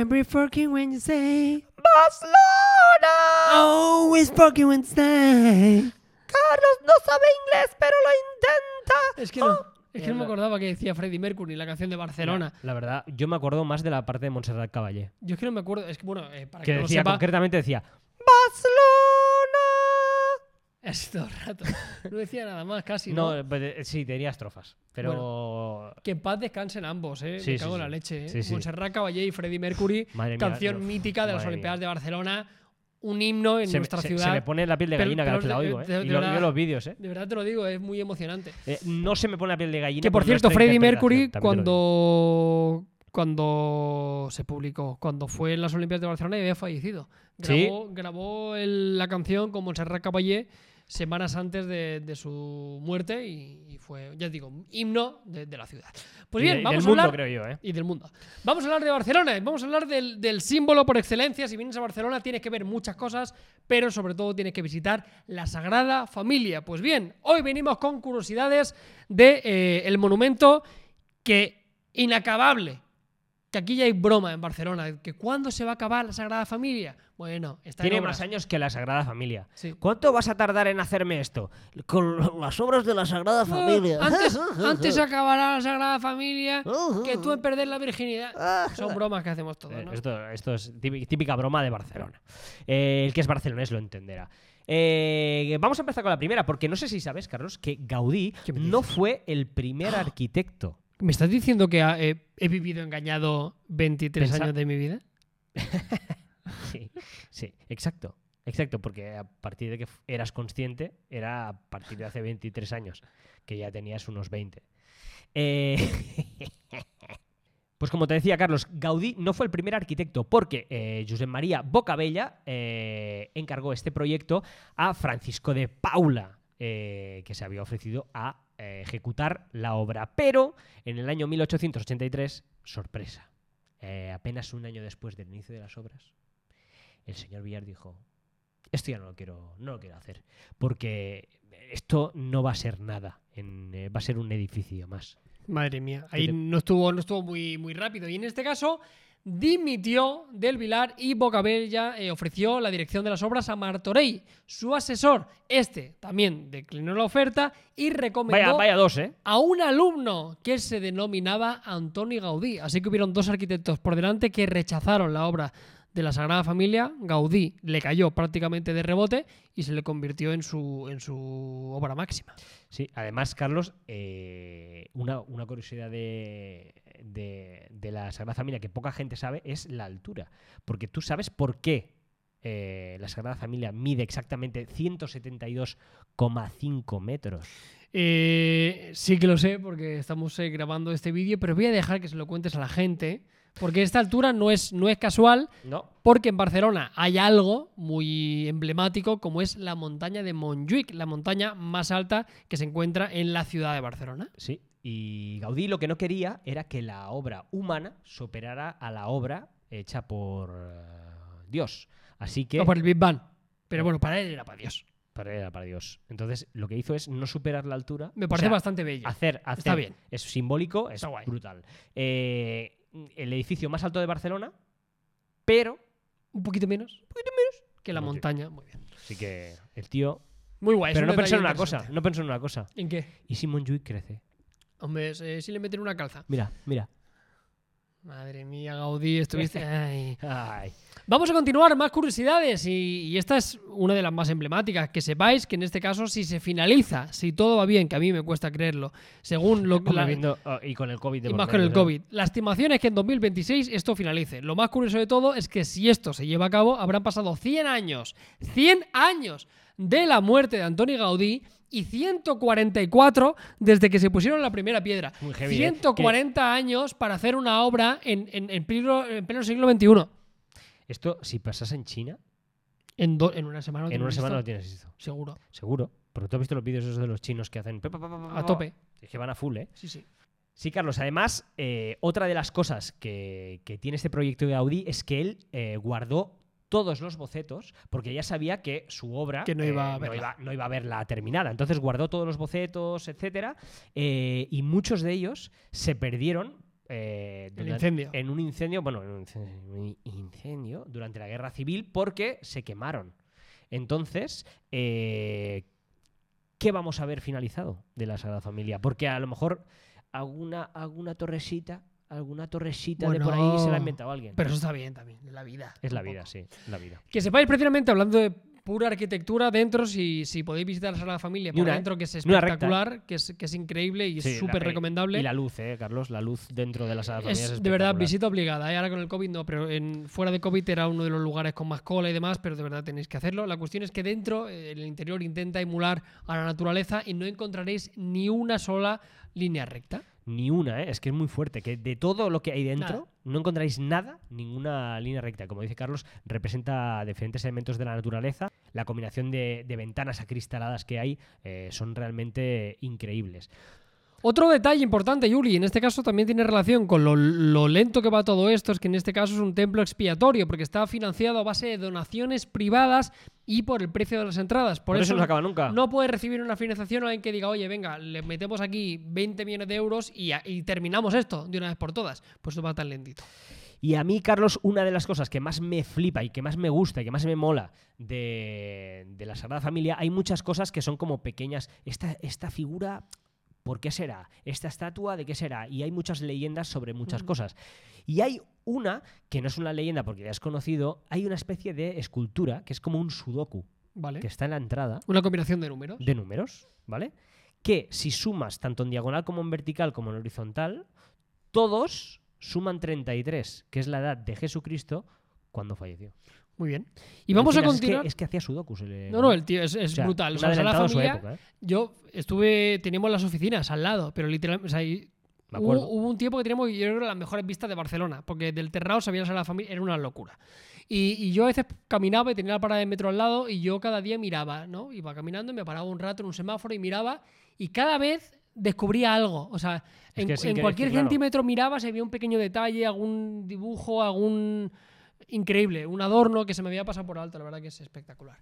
Speaker 3: Every fucking Wednesday. Barcelona. Always fucking Wednesday. Carlos no sabe inglés, pero lo intenta.
Speaker 2: Es que no, es que no me
Speaker 1: Mierda.
Speaker 2: acordaba que decía Freddie Mercury la canción de Barcelona.
Speaker 1: La, la verdad, yo me acuerdo más de la parte de Montserrat Caballé,
Speaker 2: Yo es que no me acuerdo, es que bueno, eh, para que,
Speaker 1: que
Speaker 2: no lo
Speaker 1: decía,
Speaker 2: sepa,
Speaker 1: concretamente decía,
Speaker 2: es todo el rato. No decía nada más casi, ¿no?
Speaker 1: no, pero, eh, sí, tenía estrofas, pero
Speaker 2: Que en paz descansen ambos, ¿eh?
Speaker 1: Sí,
Speaker 2: Me
Speaker 1: sí,
Speaker 2: cago en
Speaker 1: sí.
Speaker 2: la leche, ¿eh?
Speaker 1: Sí, sí.
Speaker 2: Montserrat Caballé y Freddie Mercury,
Speaker 1: Madre mía,
Speaker 2: canción
Speaker 1: no,
Speaker 2: mítica de las
Speaker 1: madre mía.
Speaker 2: Olimpiadas de Barcelona, un himno en
Speaker 1: se, me-
Speaker 2: nuestra
Speaker 1: se- se
Speaker 2: ciudad.
Speaker 1: me pone la piel de
Speaker 2: Pel-
Speaker 1: gallina cada vez
Speaker 2: pelos
Speaker 1: que la
Speaker 2: de-
Speaker 1: oigo, ¿eh?
Speaker 2: de- de
Speaker 1: y lo-
Speaker 2: verdad.
Speaker 1: veo los vídeos, ¿eh?
Speaker 2: De verdad te lo digo, es muy emocionante.
Speaker 1: Eh, No se me pone la piel de gallina.
Speaker 2: Que por cierto,
Speaker 1: nuestra
Speaker 2: Freddie
Speaker 1: interpretación,
Speaker 2: Mercury,
Speaker 1: también te lo digo.
Speaker 2: cuando, cuando se publicó, cuando fue en las Olimpiadas de Barcelona, ya había fallecido.
Speaker 1: Sí.
Speaker 2: Grabó, grabó el- la canción con Montserrat Caballé semanas antes de, de su muerte y, y fue, ya digo, un himno de, de la ciudad. Pues
Speaker 1: Y
Speaker 2: bien,
Speaker 1: de-
Speaker 2: vamos
Speaker 1: del
Speaker 2: a
Speaker 1: mundo,
Speaker 2: hablar...
Speaker 1: creo yo, ¿eh?
Speaker 2: y del mundo. Vamos a hablar de Barcelona, vamos a hablar del, del símbolo por excelencia. Si vienes a Barcelona tienes que ver muchas cosas, pero sobre todo tienes que visitar la Sagrada Familia. Pues bien, hoy venimos con curiosidades del de, eh, el monumento que inacabable. Que aquí ya hay broma en Barcelona, que cuándo se va a acabar la Sagrada Familia. Bueno, está en
Speaker 1: Tiene
Speaker 2: obras.
Speaker 1: más años que la Sagrada Familia.
Speaker 2: Sí.
Speaker 1: ¿Cuánto vas a tardar en hacerme esto?
Speaker 3: Con las obras
Speaker 1: Eh,
Speaker 3: de la Sagrada Familia.
Speaker 2: Ah, Antes, antes se acabará la Sagrada Familia que tú en perder la virginidad. Son bromas que hacemos todos,
Speaker 1: Eh,
Speaker 2: ¿no?
Speaker 1: esto, esto es típi- típica broma de Barcelona. Eh, el que es barcelonés lo entenderá. Eh, vamos a empezar con la primera, porque no sé si sabes, Carlos, que Gaudí
Speaker 2: ¿Qué me
Speaker 1: no fue el primer arquitecto.
Speaker 2: ¿Me estás diciendo que ha- eh, he vivido engañado 23
Speaker 1: Pensa-
Speaker 2: años de mi vida?
Speaker 1: Sí, sí, exacto. Exacto, porque a partir de que f- eras consciente, era a partir de hace 23 años, que ya tenías unos 20. Eh, Pues como te decía Carlos, Gaudí no fue el primer arquitecto porque eh, Josep María Bocabella eh, encargó este proyecto a Francisco de Paula, eh, que se había ofrecido a eh, ejecutar la obra. Pero en el año 1883, sorpresa, eh, apenas un año después del inicio de las obras, el señor Villar dijo, Esto ya no lo quiero, no lo quiero hacer. Porque esto no va a ser nada. en- eh, va a ser un edificio más.
Speaker 2: Madre mía, ahí
Speaker 1: te-
Speaker 2: no estuvo, no estuvo muy, muy rápido. Y en este caso, dimitió del Vilar y Bocabella eh, ofreció la dirección de las obras a Martorey, su asesor. Este también declinó la oferta y recomendó
Speaker 1: Vaya, vaya dos, ¿eh?
Speaker 2: a un alumno que se denominaba Antoni Gaudí. Así que hubieron dos arquitectos por delante que rechazaron la obra de la Sagrada Familia. Gaudí le cayó prácticamente de rebote y se le convirtió en su, en su obra máxima.
Speaker 1: Sí, además, Carlos, eh, una, una curiosidad de, de- de la Sagrada Familia que poca gente sabe es la altura. Porque tú sabes por qué eh, la Sagrada Familia mide exactamente 172,5 metros.
Speaker 2: Eh, sí que lo sé porque estamos eh, grabando este vídeo, pero voy a dejar que se lo cuentes a la gente porque esta altura no es, no es casual.
Speaker 1: No,
Speaker 2: Porque en Barcelona hay algo muy emblemático como es la montaña de Montjuic, la montaña más alta que se encuentra en la ciudad de Barcelona.
Speaker 1: sí. Y Gaudí lo que no quería era que la obra humana superara a la obra hecha por eh, Dios. Así que...
Speaker 2: No, por el Big Bang. Pero bueno, para él era para Dios.
Speaker 1: Para, era para Dios. Entonces, lo que hizo es no superar la altura.
Speaker 2: Me
Speaker 1: o
Speaker 2: parece
Speaker 1: sea,
Speaker 2: bastante bello.
Speaker 1: Hacer, hacer
Speaker 2: Está bien.
Speaker 1: Es simbólico, es
Speaker 2: Está guay.
Speaker 1: brutal. Eh, el edificio más alto de Barcelona, pero
Speaker 2: Un poquito menos. Un poquito menos. Que la
Speaker 1: Montjuic.
Speaker 2: montaña. Muy bien.
Speaker 1: sí que el tío.
Speaker 2: Muy guay. es
Speaker 1: pero
Speaker 2: un
Speaker 1: no pensó en
Speaker 2: detalle
Speaker 1: una cosa,
Speaker 2: interesante.
Speaker 1: no pensó en una cosa.
Speaker 2: ¿En qué?
Speaker 1: ¿Y si Montjuic crece?
Speaker 2: Hombre, eh, si le meten una calza.
Speaker 1: Mira, mira.
Speaker 2: Madre mía, Gaudí, estuviste. Ay.
Speaker 1: Ay.
Speaker 2: Vamos a continuar, más curiosidades y, y esta es una de las más emblemáticas. Que sepáis que en este caso, si se finaliza, si todo va bien, que a mí me cuesta creerlo, según lo
Speaker 1: Hombre,
Speaker 2: la-
Speaker 1: viendo- oh, y con el COVID de
Speaker 2: y
Speaker 1: por
Speaker 2: más con
Speaker 1: medio,
Speaker 2: el
Speaker 1: ¿no?
Speaker 2: COVID. La estimación es que en 2026 esto finalice. Lo más curioso de todo es que si esto se lleva a cabo, habrán pasado 100 años, 100 años de la muerte de Antoni Gaudí y 144 desde que se pusieron la primera piedra.
Speaker 1: Muy heavy, ¿eh?
Speaker 2: 140 años para hacer una obra en, en, en pleno, en pleno siglo XXI.
Speaker 1: Esto, si pasase en China,
Speaker 2: En, do- en una semana. lo
Speaker 1: en una
Speaker 2: tenemos
Speaker 1: semana lo
Speaker 2: listo.
Speaker 1: tienes listo.
Speaker 2: Seguro.
Speaker 1: Seguro. Porque tú has visto los vídeos esos de los chinos que hacen. pa, pa, pa, pa, pa,
Speaker 2: A tope.
Speaker 1: Es que van a full, ¿eh?
Speaker 2: Sí, sí.
Speaker 1: Sí, Carlos. Además, eh, otra de las cosas que, que tiene este proyecto de Audi es que él eh, guardó todos los bocetos porque ya sabía que su obra
Speaker 2: Que no iba a
Speaker 1: eh, no,
Speaker 2: verla.
Speaker 1: iba, no iba a verla terminada. Entonces guardó todos los bocetos, etcétera, eh, y muchos de ellos se perdieron. eh,
Speaker 2: El
Speaker 1: durante-
Speaker 2: incendio.
Speaker 1: en un incendio, bueno, en un incendio, un incendio durante la guerra civil porque se quemaron. Entonces, eh, ¿qué vamos a ver finalizado de la Sagrada Familia? Porque a lo mejor alguna, alguna torresita, alguna torresita de por ahí se la
Speaker 2: Bueno,
Speaker 1: ha inventado alguien.
Speaker 2: Pero eso está bien también. La vida.
Speaker 1: es la
Speaker 2: Un
Speaker 1: vida, sí, la vida.
Speaker 2: Que sepáis precisamente, hablando de pura arquitectura, dentro, si, si podéis visitar la Sagrada Familia,
Speaker 1: Ni
Speaker 2: por
Speaker 1: una,
Speaker 2: dentro, que es
Speaker 1: ni una recta,
Speaker 2: espectacular, que es, que es increíble y
Speaker 1: Sí,
Speaker 2: es súper
Speaker 1: la-
Speaker 2: recomendable.
Speaker 1: Y la luz, eh, Carlos, la luz dentro de la Sagrada Familia es,
Speaker 2: es, de verdad,
Speaker 1: espectacular.
Speaker 2: visita obligada. ¿eh? Ahora con el COVID no, pero en, fuera de COVID era uno de los lugares con más cola y demás, pero de verdad tenéis que hacerlo. La cuestión es que dentro, eh, el interior intenta emular a la naturaleza y no encontraréis ni una sola línea recta.
Speaker 1: Ni una, eh, es que es muy fuerte. Que de todo lo que hay dentro
Speaker 2: Nada.
Speaker 1: no encontráis nada, ninguna línea recta. Como dice Carlos, representa diferentes elementos de la naturaleza. La combinación de, de ventanas acristaladas que hay eh, son realmente increíbles.
Speaker 2: Otro detalle importante, Yuli, en este caso también tiene relación con lo, lo lento que va todo esto, es que en este caso es un templo expiatorio, porque está financiado a base de donaciones privadas y por el precio de las entradas. Por,
Speaker 1: Por, eso, no se acaba nunca.
Speaker 2: no puedes recibir una financiación o alguien que diga, oye, venga, le metemos aquí 20 millones de euros y, a- y terminamos esto de una vez por todas. Pues no va tan lentito.
Speaker 1: Y a mí, Carlos, una de las cosas que más me flipa y que más me gusta y que más me mola de, de la Sagrada Familia, hay muchas cosas que son como pequeñas. Esta, esta figura, ¿por qué será? Esta estatua, ¿de qué será? Y hay muchas leyendas sobre muchas
Speaker 2: Mm.
Speaker 1: cosas. Y hay una, que no es una leyenda porque ya es conocido, hay una especie de escultura que es como un sudoku,
Speaker 2: ¿Vale?
Speaker 1: que está en la entrada
Speaker 2: Una combinación de números.
Speaker 1: de números, ¿vale? Que si sumas tanto en diagonal como en vertical como en horizontal, todos suman 33, que es la edad de Jesucristo cuando falleció.
Speaker 2: Muy bien. Y vamos a
Speaker 1: Alucinas, es que-
Speaker 2: continuar.
Speaker 1: Es que, hacía sudokus. el-
Speaker 2: No, no, el tío es, es
Speaker 1: o sea,
Speaker 2: brutal. O
Speaker 1: un
Speaker 2: sea, la Sagrada
Speaker 1: adelantado a su
Speaker 2: Familia,
Speaker 1: época, ¿eh?
Speaker 2: yo estuve, teníamos las oficinas al lado, pero literalmente, o sea, y-
Speaker 1: Me
Speaker 2: Hubo,
Speaker 1: acuerdo.
Speaker 2: hubo un tiempo que teníamos, yo creo, las mejores vistas de Barcelona, porque del terrado se veía la Sagrada Familia, era una locura. Y, y yo a veces caminaba y tenía la parada de metro al lado y yo cada día miraba, ¿no? Iba caminando, me paraba un rato en un semáforo y miraba y cada vez descubría algo. O sea,
Speaker 1: Es
Speaker 2: en,
Speaker 1: que sin
Speaker 2: en
Speaker 1: querer,
Speaker 2: cualquier
Speaker 1: es que claro.
Speaker 2: centímetro miraba, se veía un pequeño detalle, algún dibujo, algún... increíble, un adorno que se me había pasado por alto, la verdad que es espectacular.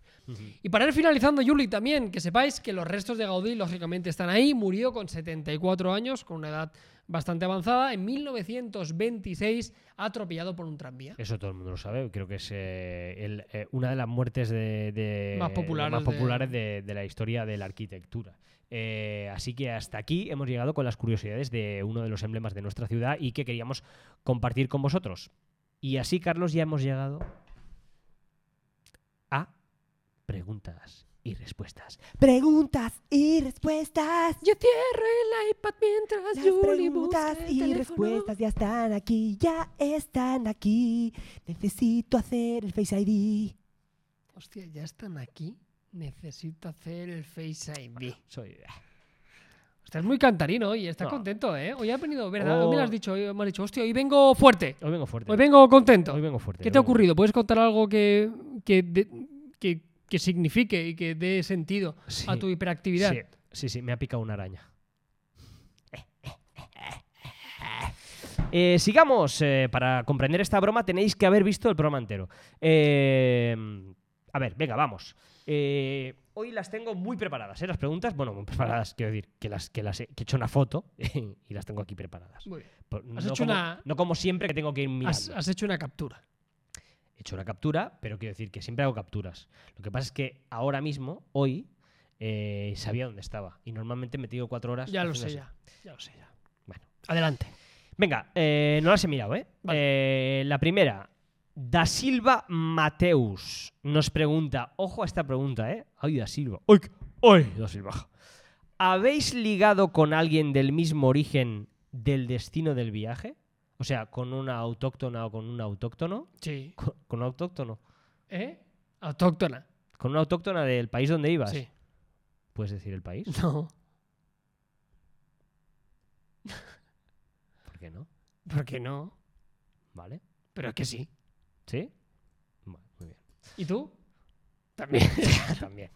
Speaker 2: Y para ir finalizando, Juli, también que sepáis que los restos de Gaudí, lógicamente, están ahí. Murió con 74 años, con una edad bastante avanzada, en 1926, atropellado por un tranvía.
Speaker 1: Eso todo el mundo lo sabe. Creo que es eh, el- eh, una de las muertes de, de-
Speaker 2: Más populares
Speaker 1: más
Speaker 2: de-
Speaker 1: populares de, de la historia de la arquitectura. Eh, así que hasta aquí hemos llegado con las curiosidades de uno de los emblemas de nuestra ciudad y que queríamos compartir con vosotros. Y así, Carlos, ya hemos llegado a preguntas y respuestas.
Speaker 3: Preguntas y respuestas.
Speaker 2: Yo cierro el iPad mientras
Speaker 3: Las preguntas y respuestas ya están aquí, ya están aquí. Necesito hacer el Face ID.
Speaker 2: Hostia, ya están aquí. Necesito hacer el Face ID.
Speaker 1: Soy... ah,
Speaker 2: Estás muy cantarino y estás
Speaker 1: No.
Speaker 2: contento, ¿eh? Hoy has venido, ¿verdad? Hoy me lo has
Speaker 1: Oh.
Speaker 2: dicho, hoy me has dicho, hostia, hoy vengo fuerte.
Speaker 1: Hoy vengo fuerte.
Speaker 2: Hoy vengo contento.
Speaker 1: Hoy vengo fuerte.
Speaker 2: ¿Qué
Speaker 1: hoy
Speaker 2: te ha
Speaker 1: vengo-
Speaker 2: ocurrido? ¿Puedes contar algo que, que, de- que, que signifique y que dé sentido
Speaker 1: Sí.
Speaker 2: a tu hiperactividad?
Speaker 1: Sí, sí, sí, me ha picado una araña. Eh, sigamos. eh, para comprender esta broma tenéis que haber visto el programa entero. Eh, a ver, venga, vamos. Eh, hoy las tengo muy preparadas, ¿eh? Las preguntas, bueno, muy preparadas, quiero decir, que las que las he, que he hecho una foto y las tengo aquí preparadas.
Speaker 2: Muy bien.
Speaker 1: Por-
Speaker 2: Has
Speaker 1: no
Speaker 2: hecho
Speaker 1: como,
Speaker 2: una-
Speaker 1: no como siempre que tengo que ir mirando.
Speaker 2: Has, has hecho una captura.
Speaker 1: He hecho una captura, pero quiero decir que siempre hago capturas. Lo que pasa es que ahora mismo, hoy, eh, sabía dónde estaba. Y normalmente me tiro cuatro horas.
Speaker 2: Ya lo
Speaker 1: haciendo
Speaker 2: sé,
Speaker 1: así.
Speaker 2: ya. Ya lo sé, ya.
Speaker 1: Bueno.
Speaker 2: Adelante.
Speaker 1: Venga, eh, no las he mirado, ¿eh? Eh, La primera. Da Silva Mateus nos pregunta, ojo a esta pregunta, ¿eh? Ay, Da Silva. Ay, ay, Da Silva. ¿Habéis ligado con alguien del mismo origen del destino del viaje? O sea, con una autóctona o con un autóctono.
Speaker 2: Sí.
Speaker 1: Con, con un autóctono.
Speaker 2: ¿Eh? Autóctona.
Speaker 1: Con una autóctona del país donde ibas.
Speaker 2: Sí.
Speaker 1: ¿Puedes decir el país?
Speaker 2: No.
Speaker 1: ¿Por qué no?
Speaker 2: ¿Por qué no?
Speaker 1: ¿Vale?
Speaker 2: Pero es que sí.
Speaker 1: ¿Sí? Vale, muy bien.
Speaker 2: ¿Y tú? También.
Speaker 1: También.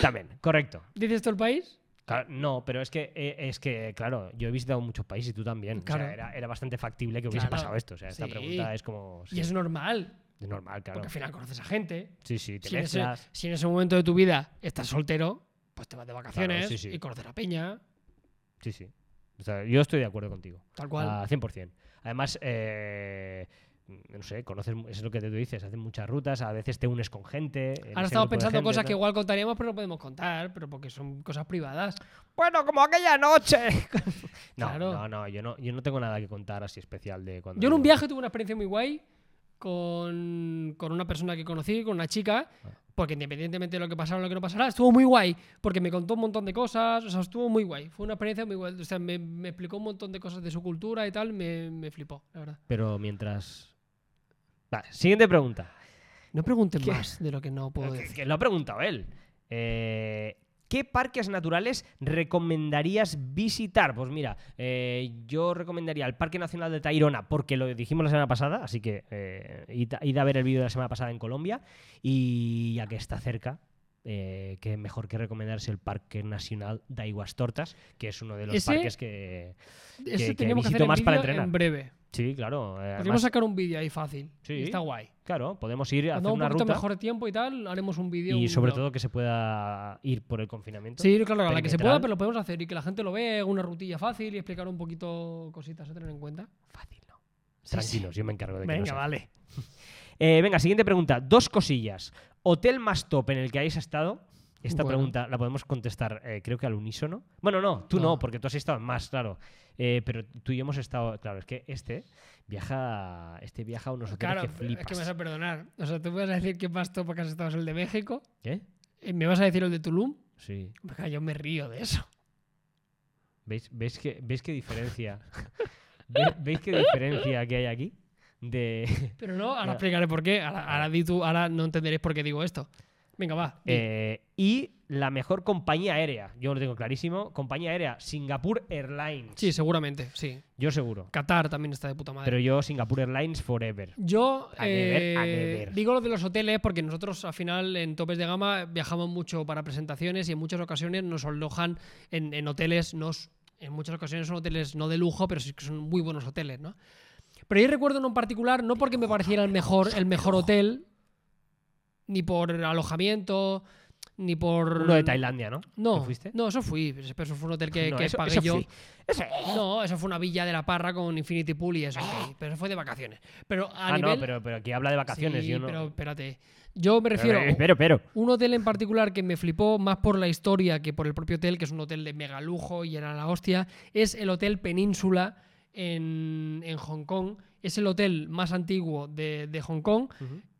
Speaker 1: También, correcto.
Speaker 2: ¿Dices todo el país?
Speaker 1: Claro, no, pero es que, eh, es que, claro, yo he visitado muchos países y tú también. O sea,
Speaker 2: Claro.
Speaker 1: era, era bastante factible que hubiese
Speaker 2: Claro.
Speaker 1: pasado esto. O sea, esta
Speaker 2: Sí.
Speaker 1: pregunta es como. sí,
Speaker 2: Y es normal,
Speaker 1: es normal, claro.
Speaker 2: porque al final conoces a gente.
Speaker 1: Sí, sí, te
Speaker 2: Si en, ese,
Speaker 1: mezclas.
Speaker 2: si en ese momento de tu vida estás soltero, pues te vas de vacaciones
Speaker 1: sí, sí.
Speaker 2: y conoces a Peña,
Speaker 1: Sí, sí. O sea, yo estoy de acuerdo contigo.
Speaker 2: tal cual.
Speaker 1: A 100%. Además, eh, no sé, conoces, es lo que tú dices, haces muchas rutas, a veces te unes con gente. eres el
Speaker 2: Ahora estamos
Speaker 1: grupo de
Speaker 2: pensando
Speaker 1: gente,
Speaker 2: cosas
Speaker 1: tal.
Speaker 2: que igual contaríamos, pero no podemos contar, pero porque son cosas privadas.
Speaker 1: Bueno, como aquella noche. no,
Speaker 2: Claro.
Speaker 1: no, no, yo no, yo no tengo nada que contar así especial de cuando.
Speaker 2: Yo en un viaje tuve una experiencia muy guay con, con una persona que conocí, con una chica,
Speaker 1: Ah.
Speaker 2: porque independientemente de lo que pasara o lo que no pasara, estuvo muy guay, porque me contó un montón de cosas, o sea, estuvo muy guay. Fue una experiencia muy guay, o sea, me, me explicó un montón de cosas de su cultura y tal, me, me flipó, la verdad.
Speaker 1: Pero mientras. Vale, siguiente pregunta.
Speaker 2: No pregunten
Speaker 1: ¿Qué?
Speaker 2: más de lo que no puedo
Speaker 1: Que,
Speaker 2: decir.
Speaker 1: Pues, que lo ha preguntado él. Eh, ¿Qué parques naturales recomendarías visitar? Pues mira, eh, yo recomendaría el Parque Nacional de Tayrona, porque lo dijimos la semana pasada, así que eh, id, a- id a ver el vídeo de la semana pasada en Colombia. Y ya que está cerca, eh, que mejor que recomendarse el Parque Nacional de Aiguastortas, que es uno de los
Speaker 2: Ese-
Speaker 1: parques que.
Speaker 2: Eso
Speaker 1: que
Speaker 2: tenemos que
Speaker 1: visito
Speaker 2: hacer
Speaker 1: más
Speaker 2: el
Speaker 1: para
Speaker 2: vídeo
Speaker 1: entrenar.
Speaker 2: en breve.
Speaker 1: Sí, claro. eh,
Speaker 2: Podríamos
Speaker 1: además-
Speaker 2: sacar un vídeo ahí fácil.
Speaker 1: Sí.
Speaker 2: y está guay.
Speaker 1: claro, podemos ir a hacer
Speaker 2: Cuando un
Speaker 1: una
Speaker 2: poquito
Speaker 1: ruta.
Speaker 2: mejor de tiempo y tal, haremos un vídeo.
Speaker 1: Y
Speaker 2: un
Speaker 1: sobre
Speaker 2: blog.
Speaker 1: todo que se pueda ir por el confinamiento.
Speaker 2: Sí, claro, a la que se pueda,
Speaker 1: perimetral.
Speaker 2: pero lo podemos hacer y que la gente lo vea, una rutilla fácil y explicar un poquito cositas a tener en cuenta.
Speaker 1: Fácil, ¿no?
Speaker 2: Sí,
Speaker 1: Tranquilos, yo me encargo de que no sea.
Speaker 2: vale.
Speaker 1: Eh, venga, siguiente pregunta. Dos cosillas. Hotel más top en el que hayáis estado. Esta
Speaker 2: Bueno.
Speaker 1: pregunta la podemos contestar, eh, creo que al unísono. Bueno, no, tú no,
Speaker 2: No.
Speaker 1: porque tú has estado en más, claro. Eh, pero tú y yo hemos estado. Claro, es que este viaja, este viaja a unos hoteles
Speaker 2: Claro,
Speaker 1: que
Speaker 2: pero es
Speaker 1: flipas.
Speaker 2: que me vas a perdonar. O sea, tú me vas a decir que más topo que has estado es el de México,
Speaker 1: ¿Eh?
Speaker 2: y me vas a decir el de Tulum.
Speaker 1: Sí.
Speaker 2: Venga, yo me río de eso.
Speaker 1: ¿Veis, veis, qué, ¿Veis qué diferencia? ¿Ve- ¿Veis qué diferencia que hay aquí? De.
Speaker 2: Pero no, ahora
Speaker 1: Claro.
Speaker 2: explicaré por qué. Ahora, ahora di tú, ahora no entenderéis por qué digo esto. Venga, va. di.
Speaker 1: Eh, y la mejor compañía aérea. Yo lo tengo clarísimo. Compañía aérea, Singapore Airlines.
Speaker 2: sí, seguramente, sí.
Speaker 1: Yo seguro.
Speaker 2: Qatar también está de puta madre.
Speaker 1: Pero yo Singapore Airlines forever.
Speaker 2: Yo
Speaker 1: A deber, a
Speaker 2: eh,
Speaker 1: deber.
Speaker 2: digo lo de los hoteles porque nosotros al final en topes de gama viajamos mucho para presentaciones y en muchas ocasiones nos alojan en, en hoteles, nos, en muchas ocasiones son hoteles no de lujo, pero sí que son muy buenos hoteles, ¿no? Pero yo recuerdo uno en particular, no porque me pareciera el mejor, el mejor hotel, ni por alojamiento, ni por.
Speaker 1: Uno de Tailandia, ¿no?
Speaker 2: No,
Speaker 1: ¿Te fuiste?
Speaker 2: no, eso fui. Pero eso fue un hotel que,
Speaker 1: No,
Speaker 2: que
Speaker 1: eso-
Speaker 2: pagué
Speaker 1: eso
Speaker 2: yo.
Speaker 1: fui. Eso-
Speaker 2: No, eso fue una villa de la parra con Infinity Pool y eso. ok, Pero eso fue de vacaciones. Pero a
Speaker 1: Ah,
Speaker 2: nivel.
Speaker 1: no, pero, pero aquí habla de vacaciones.
Speaker 2: Sí,
Speaker 1: yo no...
Speaker 2: pero espérate. Yo me refiero a
Speaker 1: Pero, pero.
Speaker 2: un hotel en particular que me flipó más por la historia que por el propio hotel, que es un hotel de mega lujo y era la hostia, es el Hotel Península en, en Hong Kong. Es el hotel más antiguo de, de Hong Kong,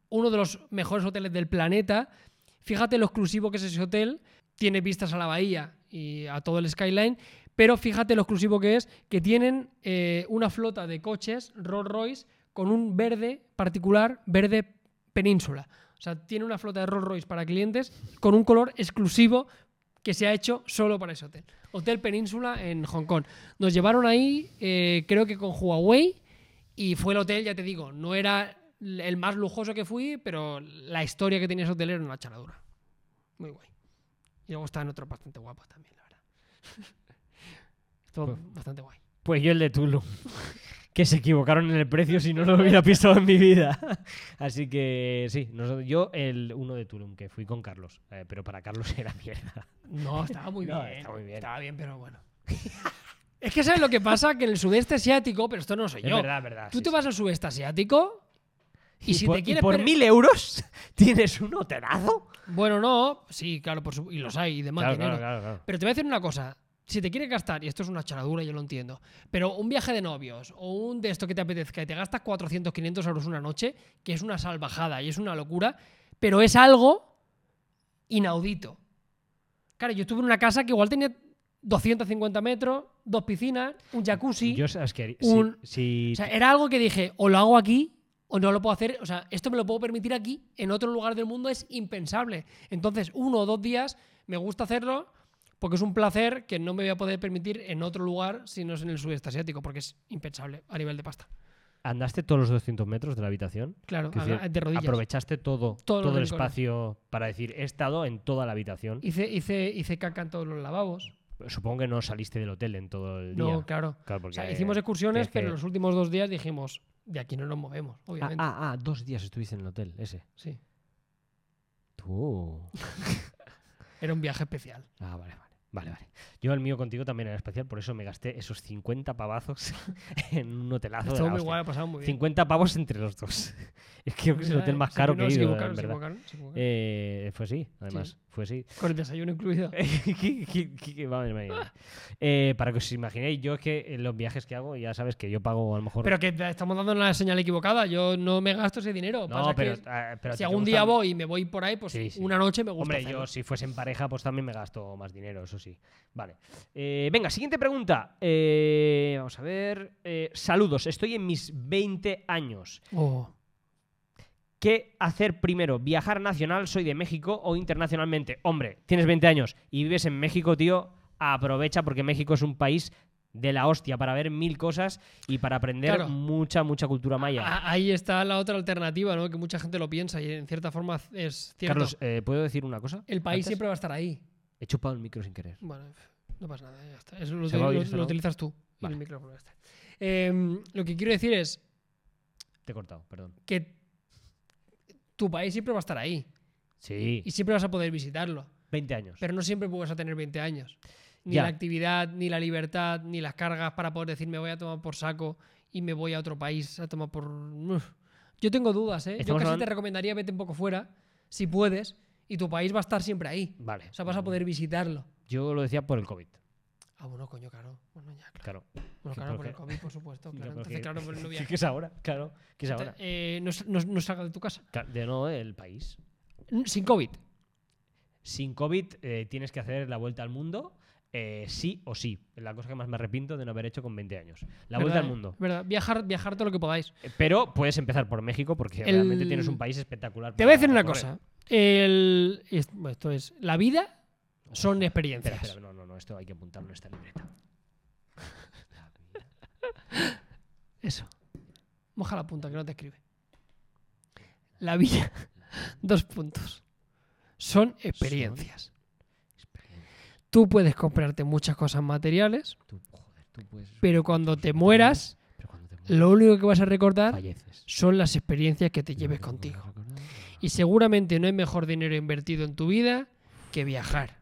Speaker 2: uno de los mejores hoteles del planeta. Fíjate lo exclusivo que es ese hotel, tiene vistas a la bahía y a todo el skyline, pero fíjate lo exclusivo que es, que tienen eh, una flota de coches Rolls Royce con un verde particular, verde península. O sea, tiene una flota de Rolls Royce para clientes con un color exclusivo que se ha hecho solo para ese hotel. Hotel Península en Hong Kong. Nos llevaron ahí, eh, creo que con Huawei, y fue el hotel, ya te digo, no era el más lujoso que fui, pero la historia que tenía ese hotel era una charadura. Muy guay. Y luego estaban otros bastante guapos también, la verdad. Estuvo bastante guay.
Speaker 1: Pues yo el de Tulum. Que se equivocaron en el precio si no lo hubiera pisado en mi vida. Así que sí, nosotros- yo el uno de Tulum, que fui con Carlos. eh, pero para Carlos era mierda.
Speaker 2: No, estaba muy
Speaker 1: No,
Speaker 2: bien.
Speaker 1: está muy bien.
Speaker 2: Estaba bien, pero bueno. es que sabes lo que pasa, que en el sudeste asiático, pero esto no lo soy
Speaker 1: Es
Speaker 2: yo.
Speaker 1: verdad, es verdad.
Speaker 2: Tú
Speaker 1: sí,
Speaker 2: te
Speaker 1: sí.
Speaker 2: vas al sudeste asiático y, si
Speaker 1: por,
Speaker 2: te quieres
Speaker 1: por
Speaker 2: per-
Speaker 1: mil euros tienes un hotelazo.
Speaker 2: Bueno, no, sí, claro, por su- y los hay y demás
Speaker 1: Claro,
Speaker 2: dinero.
Speaker 1: claro, claro, claro.
Speaker 2: Pero te voy a decir una cosa. Si te quieres gastar, y esto es una charadura, yo lo entiendo, pero un viaje de novios o un de esto que te apetezca y te gastas 400, 500 euros una noche, que es una salvajada y es una locura, pero es algo inaudito. Claro, yo estuve en una casa que igual tenía 250 metros, dos piscinas, un jacuzzi.
Speaker 1: Yo sabes que haría-
Speaker 2: un-
Speaker 1: si, si-
Speaker 2: O sea, era algo que dije, o lo hago aquí, o no lo puedo hacer. O sea, esto me lo puedo permitir aquí, en otro lugar del mundo es impensable. Entonces, uno o dos días me gusta hacerlo porque es un placer que no me voy a poder permitir en otro lugar si no es en el sudeste asiático, porque es impensable a nivel de pasta.
Speaker 1: andaste todos los 200 metros de la habitación.
Speaker 2: Claro,
Speaker 1: Quiero
Speaker 2: a-
Speaker 1: decir,
Speaker 2: de rodillas.
Speaker 1: Aprovechaste todo,
Speaker 2: Todos los
Speaker 1: todo el
Speaker 2: rincones.
Speaker 1: espacio para decir, he estado en toda la habitación.
Speaker 2: Hice, hice, hice caca en todos los lavabos.
Speaker 1: Supongo que no saliste del hotel en todo el día.
Speaker 2: No, claro.
Speaker 1: Claro,
Speaker 2: O sea,
Speaker 1: porque
Speaker 2: hicimos excursiones,
Speaker 1: tienes que-
Speaker 2: pero los últimos dos días dijimos, de aquí no nos movemos,
Speaker 1: Ah,
Speaker 2: obviamente.
Speaker 1: ah, ah, dos días estuviste en el hotel, ese.
Speaker 2: Sí.
Speaker 1: Tú.
Speaker 2: Era un viaje especial.
Speaker 1: Ah, vale, vale. Vale, vale. Yo el mío contigo también era especial, por eso me gasté esos 50 pavazos en un hotelazo. de
Speaker 2: Estuvo
Speaker 1: la
Speaker 2: muy
Speaker 1: hostia.
Speaker 2: guay, lo pasamos muy bien.
Speaker 1: 50 pavos entre los dos. Es que creo que es el hotel más
Speaker 2: Sí,
Speaker 1: caro
Speaker 2: no,
Speaker 1: que he
Speaker 2: se
Speaker 1: ido,
Speaker 2: equivocaron,
Speaker 1: en
Speaker 2: se
Speaker 1: verdad.
Speaker 2: equivocaron, se equivocaron.
Speaker 1: Eh, fue así, además.
Speaker 2: Sí.
Speaker 1: Fue así.
Speaker 2: Con el desayuno incluido.
Speaker 1: Que- que- que- que- madre mía. Eh, para que os imaginéis, yo es que en los viajes que hago, ya sabes que yo pago a lo mejor.
Speaker 2: Pero que te estamos dando una señal equivocada. Yo no me gasto ese dinero. Pasa
Speaker 1: no,
Speaker 2: que
Speaker 1: pero, ah, pero
Speaker 2: si
Speaker 1: a ti te
Speaker 2: algún día
Speaker 1: gustan-
Speaker 2: voy y me voy por ahí, pues
Speaker 1: Sí, sí.
Speaker 2: una noche me gusta.
Speaker 1: Hombre,
Speaker 2: hacerlo.
Speaker 1: yo si fuese en pareja, pues también me gasto más dinero, eso sí. Vale. Eh, venga, siguiente pregunta. Eh, vamos a ver. Eh, saludos, estoy en mis 20 años.
Speaker 2: Oh.
Speaker 1: ¿Qué hacer primero? ¿Viajar nacional? ¿Soy de México o internacionalmente? Hombre, tienes 20 años y vives en México, tío. Aprovecha porque México es un país de la hostia para ver mil cosas y para aprender
Speaker 2: Claro. Ah,
Speaker 1: mucha, mucha cultura maya.
Speaker 2: A- Ahí está la otra alternativa, ¿no? Que mucha gente lo piensa y en cierta forma es cierto.
Speaker 1: Carlos, eh, ¿puedo decir una cosa?
Speaker 2: el país
Speaker 1: antes?
Speaker 2: siempre va a estar ahí.
Speaker 1: He chupado el micro sin querer.
Speaker 2: Bueno, no pasa nada, ya está. Eso lo,
Speaker 1: Se va a
Speaker 2: util-
Speaker 1: oír,
Speaker 2: lo-
Speaker 1: se
Speaker 2: lo
Speaker 1: va a-
Speaker 2: utilizas tú. y
Speaker 1: Vale.
Speaker 2: el micrófono este. Em, lo que quiero decir es
Speaker 1: Te he cortado, perdón.
Speaker 2: que tu país siempre va a estar ahí
Speaker 1: Sí,
Speaker 2: y siempre vas a poder visitarlo.
Speaker 1: 20 años.
Speaker 2: Pero no siempre vas a tener 20 años. Ni
Speaker 1: Ya.
Speaker 2: la actividad, ni la libertad, ni las cargas para poder decir me voy a tomar por saco y me voy a otro país a tomar por. Uf. Yo tengo dudas, ¿eh? Yo
Speaker 1: Estamos
Speaker 2: casi
Speaker 1: hablando-
Speaker 2: te recomendaría vete un poco fuera, si puedes, y tu país va a estar siempre ahí.
Speaker 1: Vale.
Speaker 2: O sea, vas a poder visitarlo.
Speaker 1: Yo lo decía por el COVID,
Speaker 2: Ah, bueno, coño, claro. Bueno, ya, claro.
Speaker 1: claro.
Speaker 2: Bueno,
Speaker 1: Sí,
Speaker 2: claro, por
Speaker 1: porque-
Speaker 2: el COVID, por supuesto.
Speaker 1: Yo
Speaker 2: Claro.
Speaker 1: creo
Speaker 2: Entonces,
Speaker 1: que-
Speaker 2: claro, pues no
Speaker 1: Sí,
Speaker 2: viajes.
Speaker 1: que es ahora, claro. Que es ahora.
Speaker 2: Eh, no, s- no s- no salgas de tu casa.
Speaker 1: Ca- De nuevo, el país.
Speaker 2: N- Sin COVID.
Speaker 1: Sin COVID eh, tienes que hacer la vuelta al mundo, eh, sí o sí. Es la cosa que más me arrepiento de no haber hecho con 20 años. La vuelta
Speaker 2: ¿Verdad,
Speaker 1: al
Speaker 2: eh?
Speaker 1: mundo.
Speaker 2: ¿Verdad? Viajar, viajar todo lo que podáis.
Speaker 1: Eh, Pero puedes empezar por México porque
Speaker 2: El-
Speaker 1: realmente tienes un país espectacular.
Speaker 2: Te voy a
Speaker 1: para
Speaker 2: decir una
Speaker 1: recorrer.
Speaker 2: cosa. El, es- bueno, esto es, la vida son
Speaker 1: Espera,
Speaker 2: experiencias.
Speaker 1: espera, no, no, no, esto hay que apuntarlo en esta libreta.
Speaker 2: Eso. Moja la punta, que no te escribe. La vida, dos puntos, son experiencias. Tú puedes comprarte muchas cosas materiales,
Speaker 1: Tú, joder, tú puedes.
Speaker 2: pero cuando te mueras,
Speaker 1: Pero cuando te
Speaker 2: Lo único que vas a recordar
Speaker 1: Falleces.
Speaker 2: son las experiencias que te lleves contigo. Y seguramente no hay mejor dinero invertido en tu vida que viajar.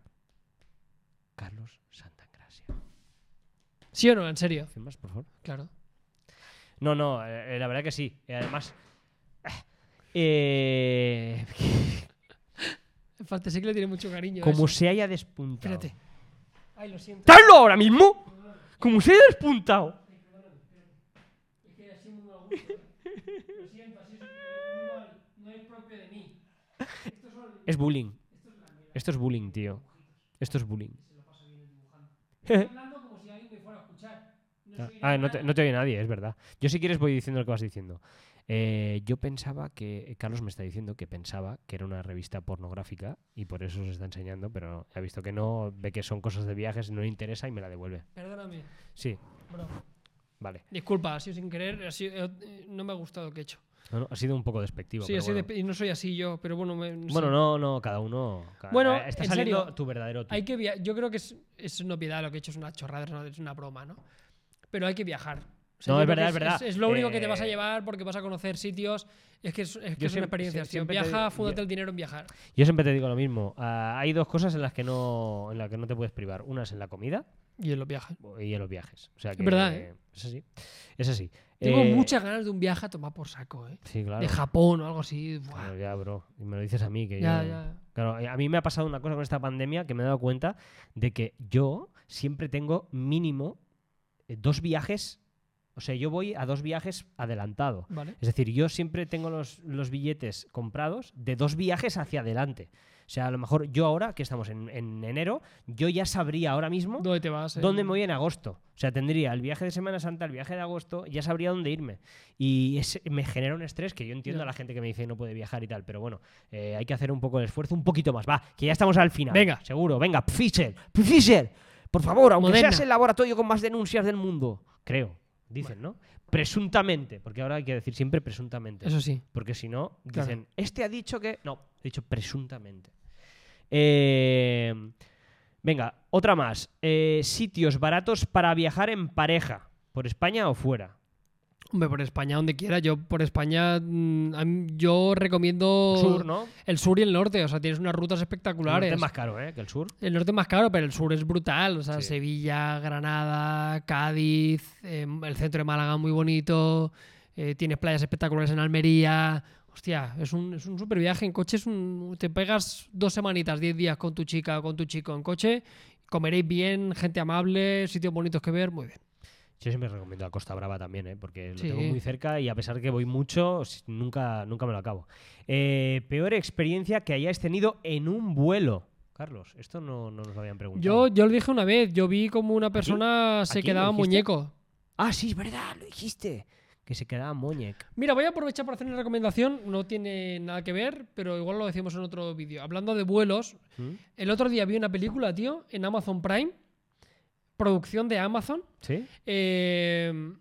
Speaker 1: Carlos Santagracia.
Speaker 2: ¿Sí o no? En serio.
Speaker 1: ¿Firmas, por favor?
Speaker 2: Claro.
Speaker 1: No, no, eh, la verdad que sí. Eh, Además. eh,
Speaker 2: El Fantasy que le tiene mucho cariño. a
Speaker 1: como
Speaker 2: eso.
Speaker 1: se haya despuntado.
Speaker 2: Espérate. Ay, lo siento.
Speaker 1: ¡Traedlo ahora mismo! ¡Como se haya despuntado! Es bullying. Esto es bullying, tío. Esto es bullying. Ah, no te, no te oye nadie, es verdad. Yo si quieres voy diciendo lo que vas diciendo. Eh, yo pensaba que, eh, Carlos me está diciendo que pensaba que era una revista pornográfica y por eso se está enseñando, pero no, ha visto que no, ve que son cosas de viajes, no le interesa y me la devuelve.
Speaker 2: Perdóname.
Speaker 1: Sí,
Speaker 2: bro.
Speaker 1: vale.
Speaker 2: Disculpa, ha sido sin querer. ha sido- eh, no me ha gustado lo que he hecho.
Speaker 1: No, no, ha sido un poco despectivo.
Speaker 2: Sí,
Speaker 1: pero
Speaker 2: así de-
Speaker 1: bueno.
Speaker 2: y no soy así yo, pero bueno. me- no sé.
Speaker 1: Bueno, no, no, cada uno. ca-
Speaker 2: Mm, Bueno,
Speaker 1: eh, está
Speaker 2: en
Speaker 1: saliendo
Speaker 2: serio,
Speaker 1: tu verdadero tú.
Speaker 2: Hay que via- yo creo que es, es una piedad lo que he hecho, es una chorrada, es una, es una broma, ¿no? Pero hay que viajar. O
Speaker 1: No,
Speaker 2: yo
Speaker 1: es
Speaker 2: creo
Speaker 1: verdad,
Speaker 2: que
Speaker 1: es verdad.
Speaker 2: Es, lo único que te vas a
Speaker 1: Eh,
Speaker 2: llevar porque vas a conocer sitios. Es que, es, es que
Speaker 1: yo
Speaker 2: son
Speaker 1: siempre-
Speaker 2: experiencias,
Speaker 1: sie-
Speaker 2: tío.
Speaker 1: siempre te
Speaker 2: Viaja,
Speaker 1: digo-
Speaker 2: fúndate
Speaker 1: yo-
Speaker 2: el dinero en viajar.
Speaker 1: Yo siempre te digo lo mismo. ah, hay dos cosas en las que no, en las que no te puedes privar. Una es en la comida
Speaker 2: Y en los viajes.
Speaker 1: y en los viajes. O sea que,
Speaker 2: verdad, ¿eh?
Speaker 1: Es así. Es así.
Speaker 2: Tengo
Speaker 1: Eh,
Speaker 2: muchas ganas de un viaje a tomar por saco, ¿eh?
Speaker 1: Sí, claro.
Speaker 2: De Japón o algo así. Buah.
Speaker 1: Claro, ya, bro. Y me lo dices a mí. Que
Speaker 2: ya,
Speaker 1: yo-
Speaker 2: ya.
Speaker 1: Claro, eh, a mí me ha pasado una cosa con esta pandemia que me he dado cuenta de que yo siempre tengo mínimo eh, dos viajes. O sea, yo voy a dos viajes adelantado.
Speaker 2: Vale.
Speaker 1: Es decir, yo siempre tengo los, los billetes comprados de dos viajes hacia adelante. O sea, a lo mejor yo ahora, que estamos en, en enero, yo ya sabría ahora mismo
Speaker 2: ¿Dónde te vas? eh?
Speaker 1: dónde me voy en agosto. O sea, tendría el viaje de Semana Santa, el viaje de agosto, ya sabría dónde irme. Y es- me genera un estrés que yo entiendo
Speaker 2: Ya.
Speaker 1: a la gente que me dice que no puede viajar y tal, pero bueno, eh, hay que hacer un poco de esfuerzo, un poquito más. Va, que ya estamos al final.
Speaker 2: Venga.
Speaker 1: Seguro, venga, Pfizer, Pfizer, por favor, aunque
Speaker 2: Moderna.
Speaker 1: seas el laboratorio con más denuncias del mundo. Creo, dicen, ¿no? Presuntamente, porque ahora hay que decir siempre presuntamente.
Speaker 2: Eso sí.
Speaker 1: Porque si no,
Speaker 2: Claro.
Speaker 1: dicen, este ha dicho que. No, he dicho presuntamente. Eh, venga, otra más. Eh, sitios baratos para viajar en pareja, por España o fuera.
Speaker 2: Hombre, por España, donde quiera. Yo por España, mm, a mí- yo recomiendo
Speaker 1: sur, ¿no?
Speaker 2: el sur y el norte. O sea, tienes unas rutas
Speaker 1: El norte
Speaker 2: espectaculares.
Speaker 1: es más caro, ¿eh? Que el sur.
Speaker 2: El norte es más caro, pero el sur es brutal. O sea,
Speaker 1: Sí.
Speaker 2: Sevilla, Granada, Cádiz, eh, el centro de Málaga muy bonito. eh, tienes playas espectaculares en Almería. Hostia, es un, es un super viaje en coche. Es un, te pegas dos semanitas, diez días con tu chica o con tu chico en coche. Comeréis bien, gente amable, sitios bonitos que ver. Muy bien.
Speaker 1: Yo siempre recomiendo la Costa Brava también, ¿eh? Porque lo
Speaker 2: Sí.
Speaker 1: tengo muy cerca y a pesar que voy mucho, s- nunca, nunca me lo acabo. Eh, peor experiencia que hayáis tenido en un vuelo. Carlos, esto no, no nos lo habían
Speaker 2: Yo,
Speaker 1: preguntado.
Speaker 2: yo lo dije una vez. Yo vi como una persona se
Speaker 1: ¿Aquí lo
Speaker 2: quedaba
Speaker 1: dijiste?
Speaker 2: muñeco.
Speaker 1: Ah, sí, es verdad, lo dijiste. Que se quedaba Moñec.
Speaker 2: Mira, voy a aprovechar para hacer una recomendación. No tiene nada que ver, pero igual lo decimos en otro vídeo. Hablando de vuelos,
Speaker 1: ¿Mm?
Speaker 2: El otro día vi una película, tío, en Amazon Prime, producción de Amazon.
Speaker 1: ¿Sí?
Speaker 2: eh,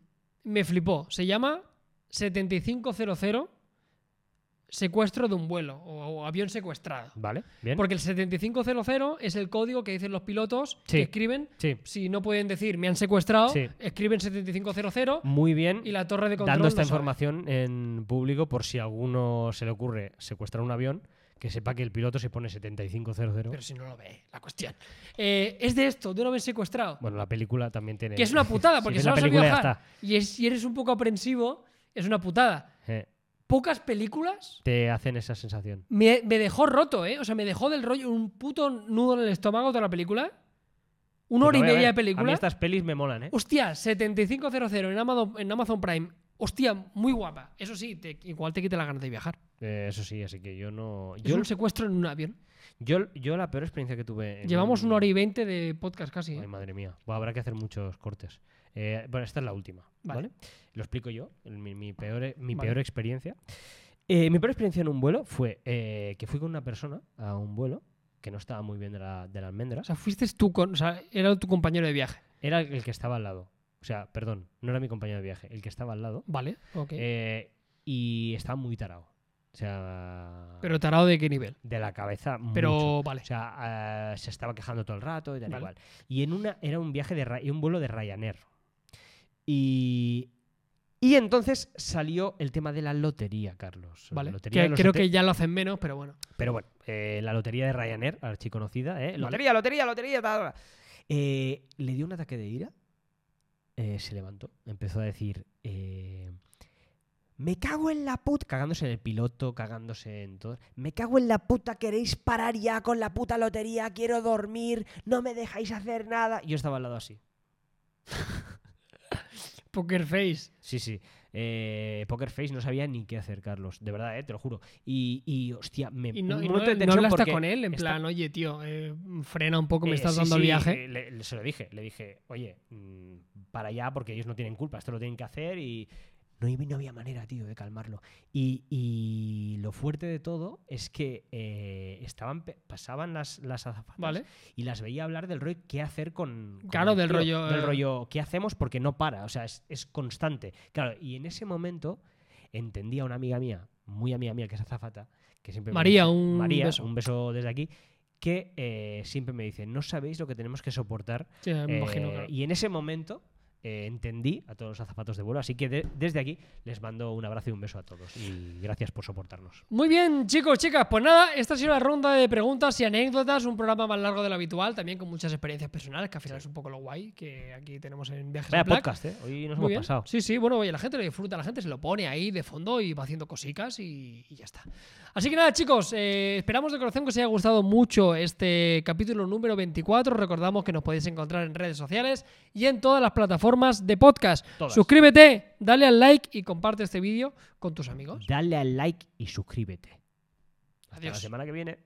Speaker 2: me flipó. Se llama 7500, secuestro de un vuelo o, o avión secuestrado.
Speaker 1: Vale, bien.
Speaker 2: Porque el 7500 es el código que dicen los pilotos
Speaker 1: Sí.
Speaker 2: que escriben.
Speaker 1: Sí,
Speaker 2: Si no pueden decir me han secuestrado,
Speaker 1: Sí.
Speaker 2: escriben 7500
Speaker 1: muy bien.
Speaker 2: y la torre de control.
Speaker 1: dando esta
Speaker 2: lo sabe.
Speaker 1: información en público por si a alguno se le ocurre secuestrar un avión, que sepa que el piloto se pone 7500.
Speaker 2: Pero si no lo ve, la cuestión. Eh, es de esto, de un avión secuestrado.
Speaker 1: Bueno, la película también tiene.
Speaker 2: Que es una putada,
Speaker 1: Si
Speaker 2: porque
Speaker 1: ves
Speaker 2: solo
Speaker 1: la
Speaker 2: sabes
Speaker 1: película ya
Speaker 2: viajar. Y es- si eres un poco aprensivo, es una putada.
Speaker 1: está. Eh,
Speaker 2: Pocas películas
Speaker 1: te hacen esa sensación.
Speaker 2: me, me dejó roto, ¿eh? O sea, me dejó del rollo un puto nudo en el estómago toda la película. Una
Speaker 1: Pues la
Speaker 2: hora y
Speaker 1: voy a
Speaker 2: media
Speaker 1: ver. A
Speaker 2: de
Speaker 1: mí
Speaker 2: película.
Speaker 1: estas pelis me molan, ¿eh?
Speaker 2: Hostia, 7500 en Amazon, en Amazon Prime. Hostia, muy guapa. Eso sí, te- igual te quita la ganas de viajar.
Speaker 1: Eh, eso sí, así que yo no.
Speaker 2: Yo
Speaker 1: Yo,
Speaker 2: un secuestro en un avión.
Speaker 1: yo, yo la peor experiencia que tuve. en
Speaker 2: Llevamos
Speaker 1: un-
Speaker 2: una hora y veinte de podcast casi. ¿eh?
Speaker 1: Ay, madre mía. Buah, habrá que hacer muchos cortes. Eh, bueno, esta es la última.
Speaker 2: Vale.
Speaker 1: Vale. Lo explico yo. el- Mi, mi peor, mi
Speaker 2: Vale.
Speaker 1: peor experiencia. Eh, mi peor experiencia en un vuelo fue eh, que fui con una persona a un vuelo que no estaba muy bien de la, de la almendra.
Speaker 2: O sea, fuiste tú con. O sea, era tu compañero de viaje.
Speaker 1: Era el que estaba al lado. O sea, perdón, no era mi compañero de viaje, el que estaba al lado.
Speaker 2: Vale, ok.
Speaker 1: Eh, y estaba muy tarado. O sea.
Speaker 2: Pero tarado de qué nivel.
Speaker 1: de la cabeza.
Speaker 2: Pero
Speaker 1: mucho.
Speaker 2: vale.
Speaker 1: O sea, eh, se estaba quejando todo el rato y tal
Speaker 2: Vale.
Speaker 1: igual. Y en una era un viaje de Ra- un vuelo de Ryanair. Y Y entonces salió el tema de la lotería, Carlos. La
Speaker 2: Vale.
Speaker 1: lotería de
Speaker 2: Que
Speaker 1: los
Speaker 2: creo
Speaker 1: ante-
Speaker 2: que ya lo hacen menos, pero bueno.
Speaker 1: Pero bueno, eh, la lotería de Ryanair, archiconocida, ¿eh? Lotería, lotería, lotería, tal, tal. Eh, le dio un ataque de ira, eh, se levantó, empezó a decir, eh, me cago en la puta, cagándose en el piloto, cagándose en todo, me cago en la puta, queréis parar ya con la puta lotería, quiero dormir, no me dejáis hacer nada. Yo estaba al lado así.
Speaker 2: Poker Face.
Speaker 1: Sí, sí. Eh, Poker Face no sabía ni qué hacer, Carlos. De verdad, eh, te lo juro. Y, y, hostia, me
Speaker 2: Y no,
Speaker 1: un
Speaker 2: y no-
Speaker 1: momento de
Speaker 2: no
Speaker 1: tensión
Speaker 2: hablaste
Speaker 1: porque
Speaker 2: con él, en
Speaker 1: está-
Speaker 2: plan, oye, tío, eh, frena un poco, me
Speaker 1: Eh,
Speaker 2: estás
Speaker 1: sí,
Speaker 2: dando
Speaker 1: sí,
Speaker 2: el viaje.
Speaker 1: eh, le- le- se lo dije, le dije, oye, mm, para allá porque ellos no tienen culpa, esto lo tienen que hacer y no, hab- no había manera, tío, de calmarlo. Y, y lo fuerte de todo es que eh, estaban pe- pasaban las, las azafatas
Speaker 2: Vale.
Speaker 1: y las veía hablar del rollo qué hacer con... con
Speaker 2: Claro,
Speaker 1: el
Speaker 2: del
Speaker 1: tío,
Speaker 2: rollo,
Speaker 1: Del
Speaker 2: eh.
Speaker 1: rollo qué hacemos porque no para, o sea, es, es constante. Claro, y en ese momento entendía una amiga mía, muy amiga mía, que es azafata, que siempre... me
Speaker 2: María,
Speaker 1: dice-
Speaker 2: un
Speaker 1: María,
Speaker 2: beso.
Speaker 1: un beso desde aquí, que eh, siempre me dice, no sabéis lo que tenemos que soportar.
Speaker 2: Sí, me imagino.
Speaker 1: Eh,
Speaker 2: claro.
Speaker 1: Y en ese momento... eh, entendí a todos los azafatos de vuelo, así que de- desde aquí les mando un abrazo y un beso a todos y gracias por soportarnos.
Speaker 2: Muy bien, chicos, chicas, pues nada, esta ha sido la ronda de preguntas y anécdotas, un programa más largo de lo habitual, también con muchas experiencias personales, que al final es un poco lo guay que aquí tenemos en Viajes
Speaker 1: Vaya
Speaker 2: en Black.
Speaker 1: podcast, ¿eh? hoy nos
Speaker 2: Muy
Speaker 1: hemos
Speaker 2: bien.
Speaker 1: pasado.
Speaker 2: Sí, sí, bueno, oye, la gente lo disfruta, la gente se lo pone ahí de fondo y va haciendo cosicas y, y ya está. Así que nada, chicos, eh, esperamos de corazón que os haya gustado mucho este capítulo número 24. Recordamos que nos podéis encontrar en redes sociales y en todas las plataformas de podcast.
Speaker 1: Todas.
Speaker 2: Suscríbete, dale al like y comparte este vídeo con tus amigos.
Speaker 1: Dale al like y suscríbete. Hasta la
Speaker 2: Adiós.
Speaker 1: semana que viene.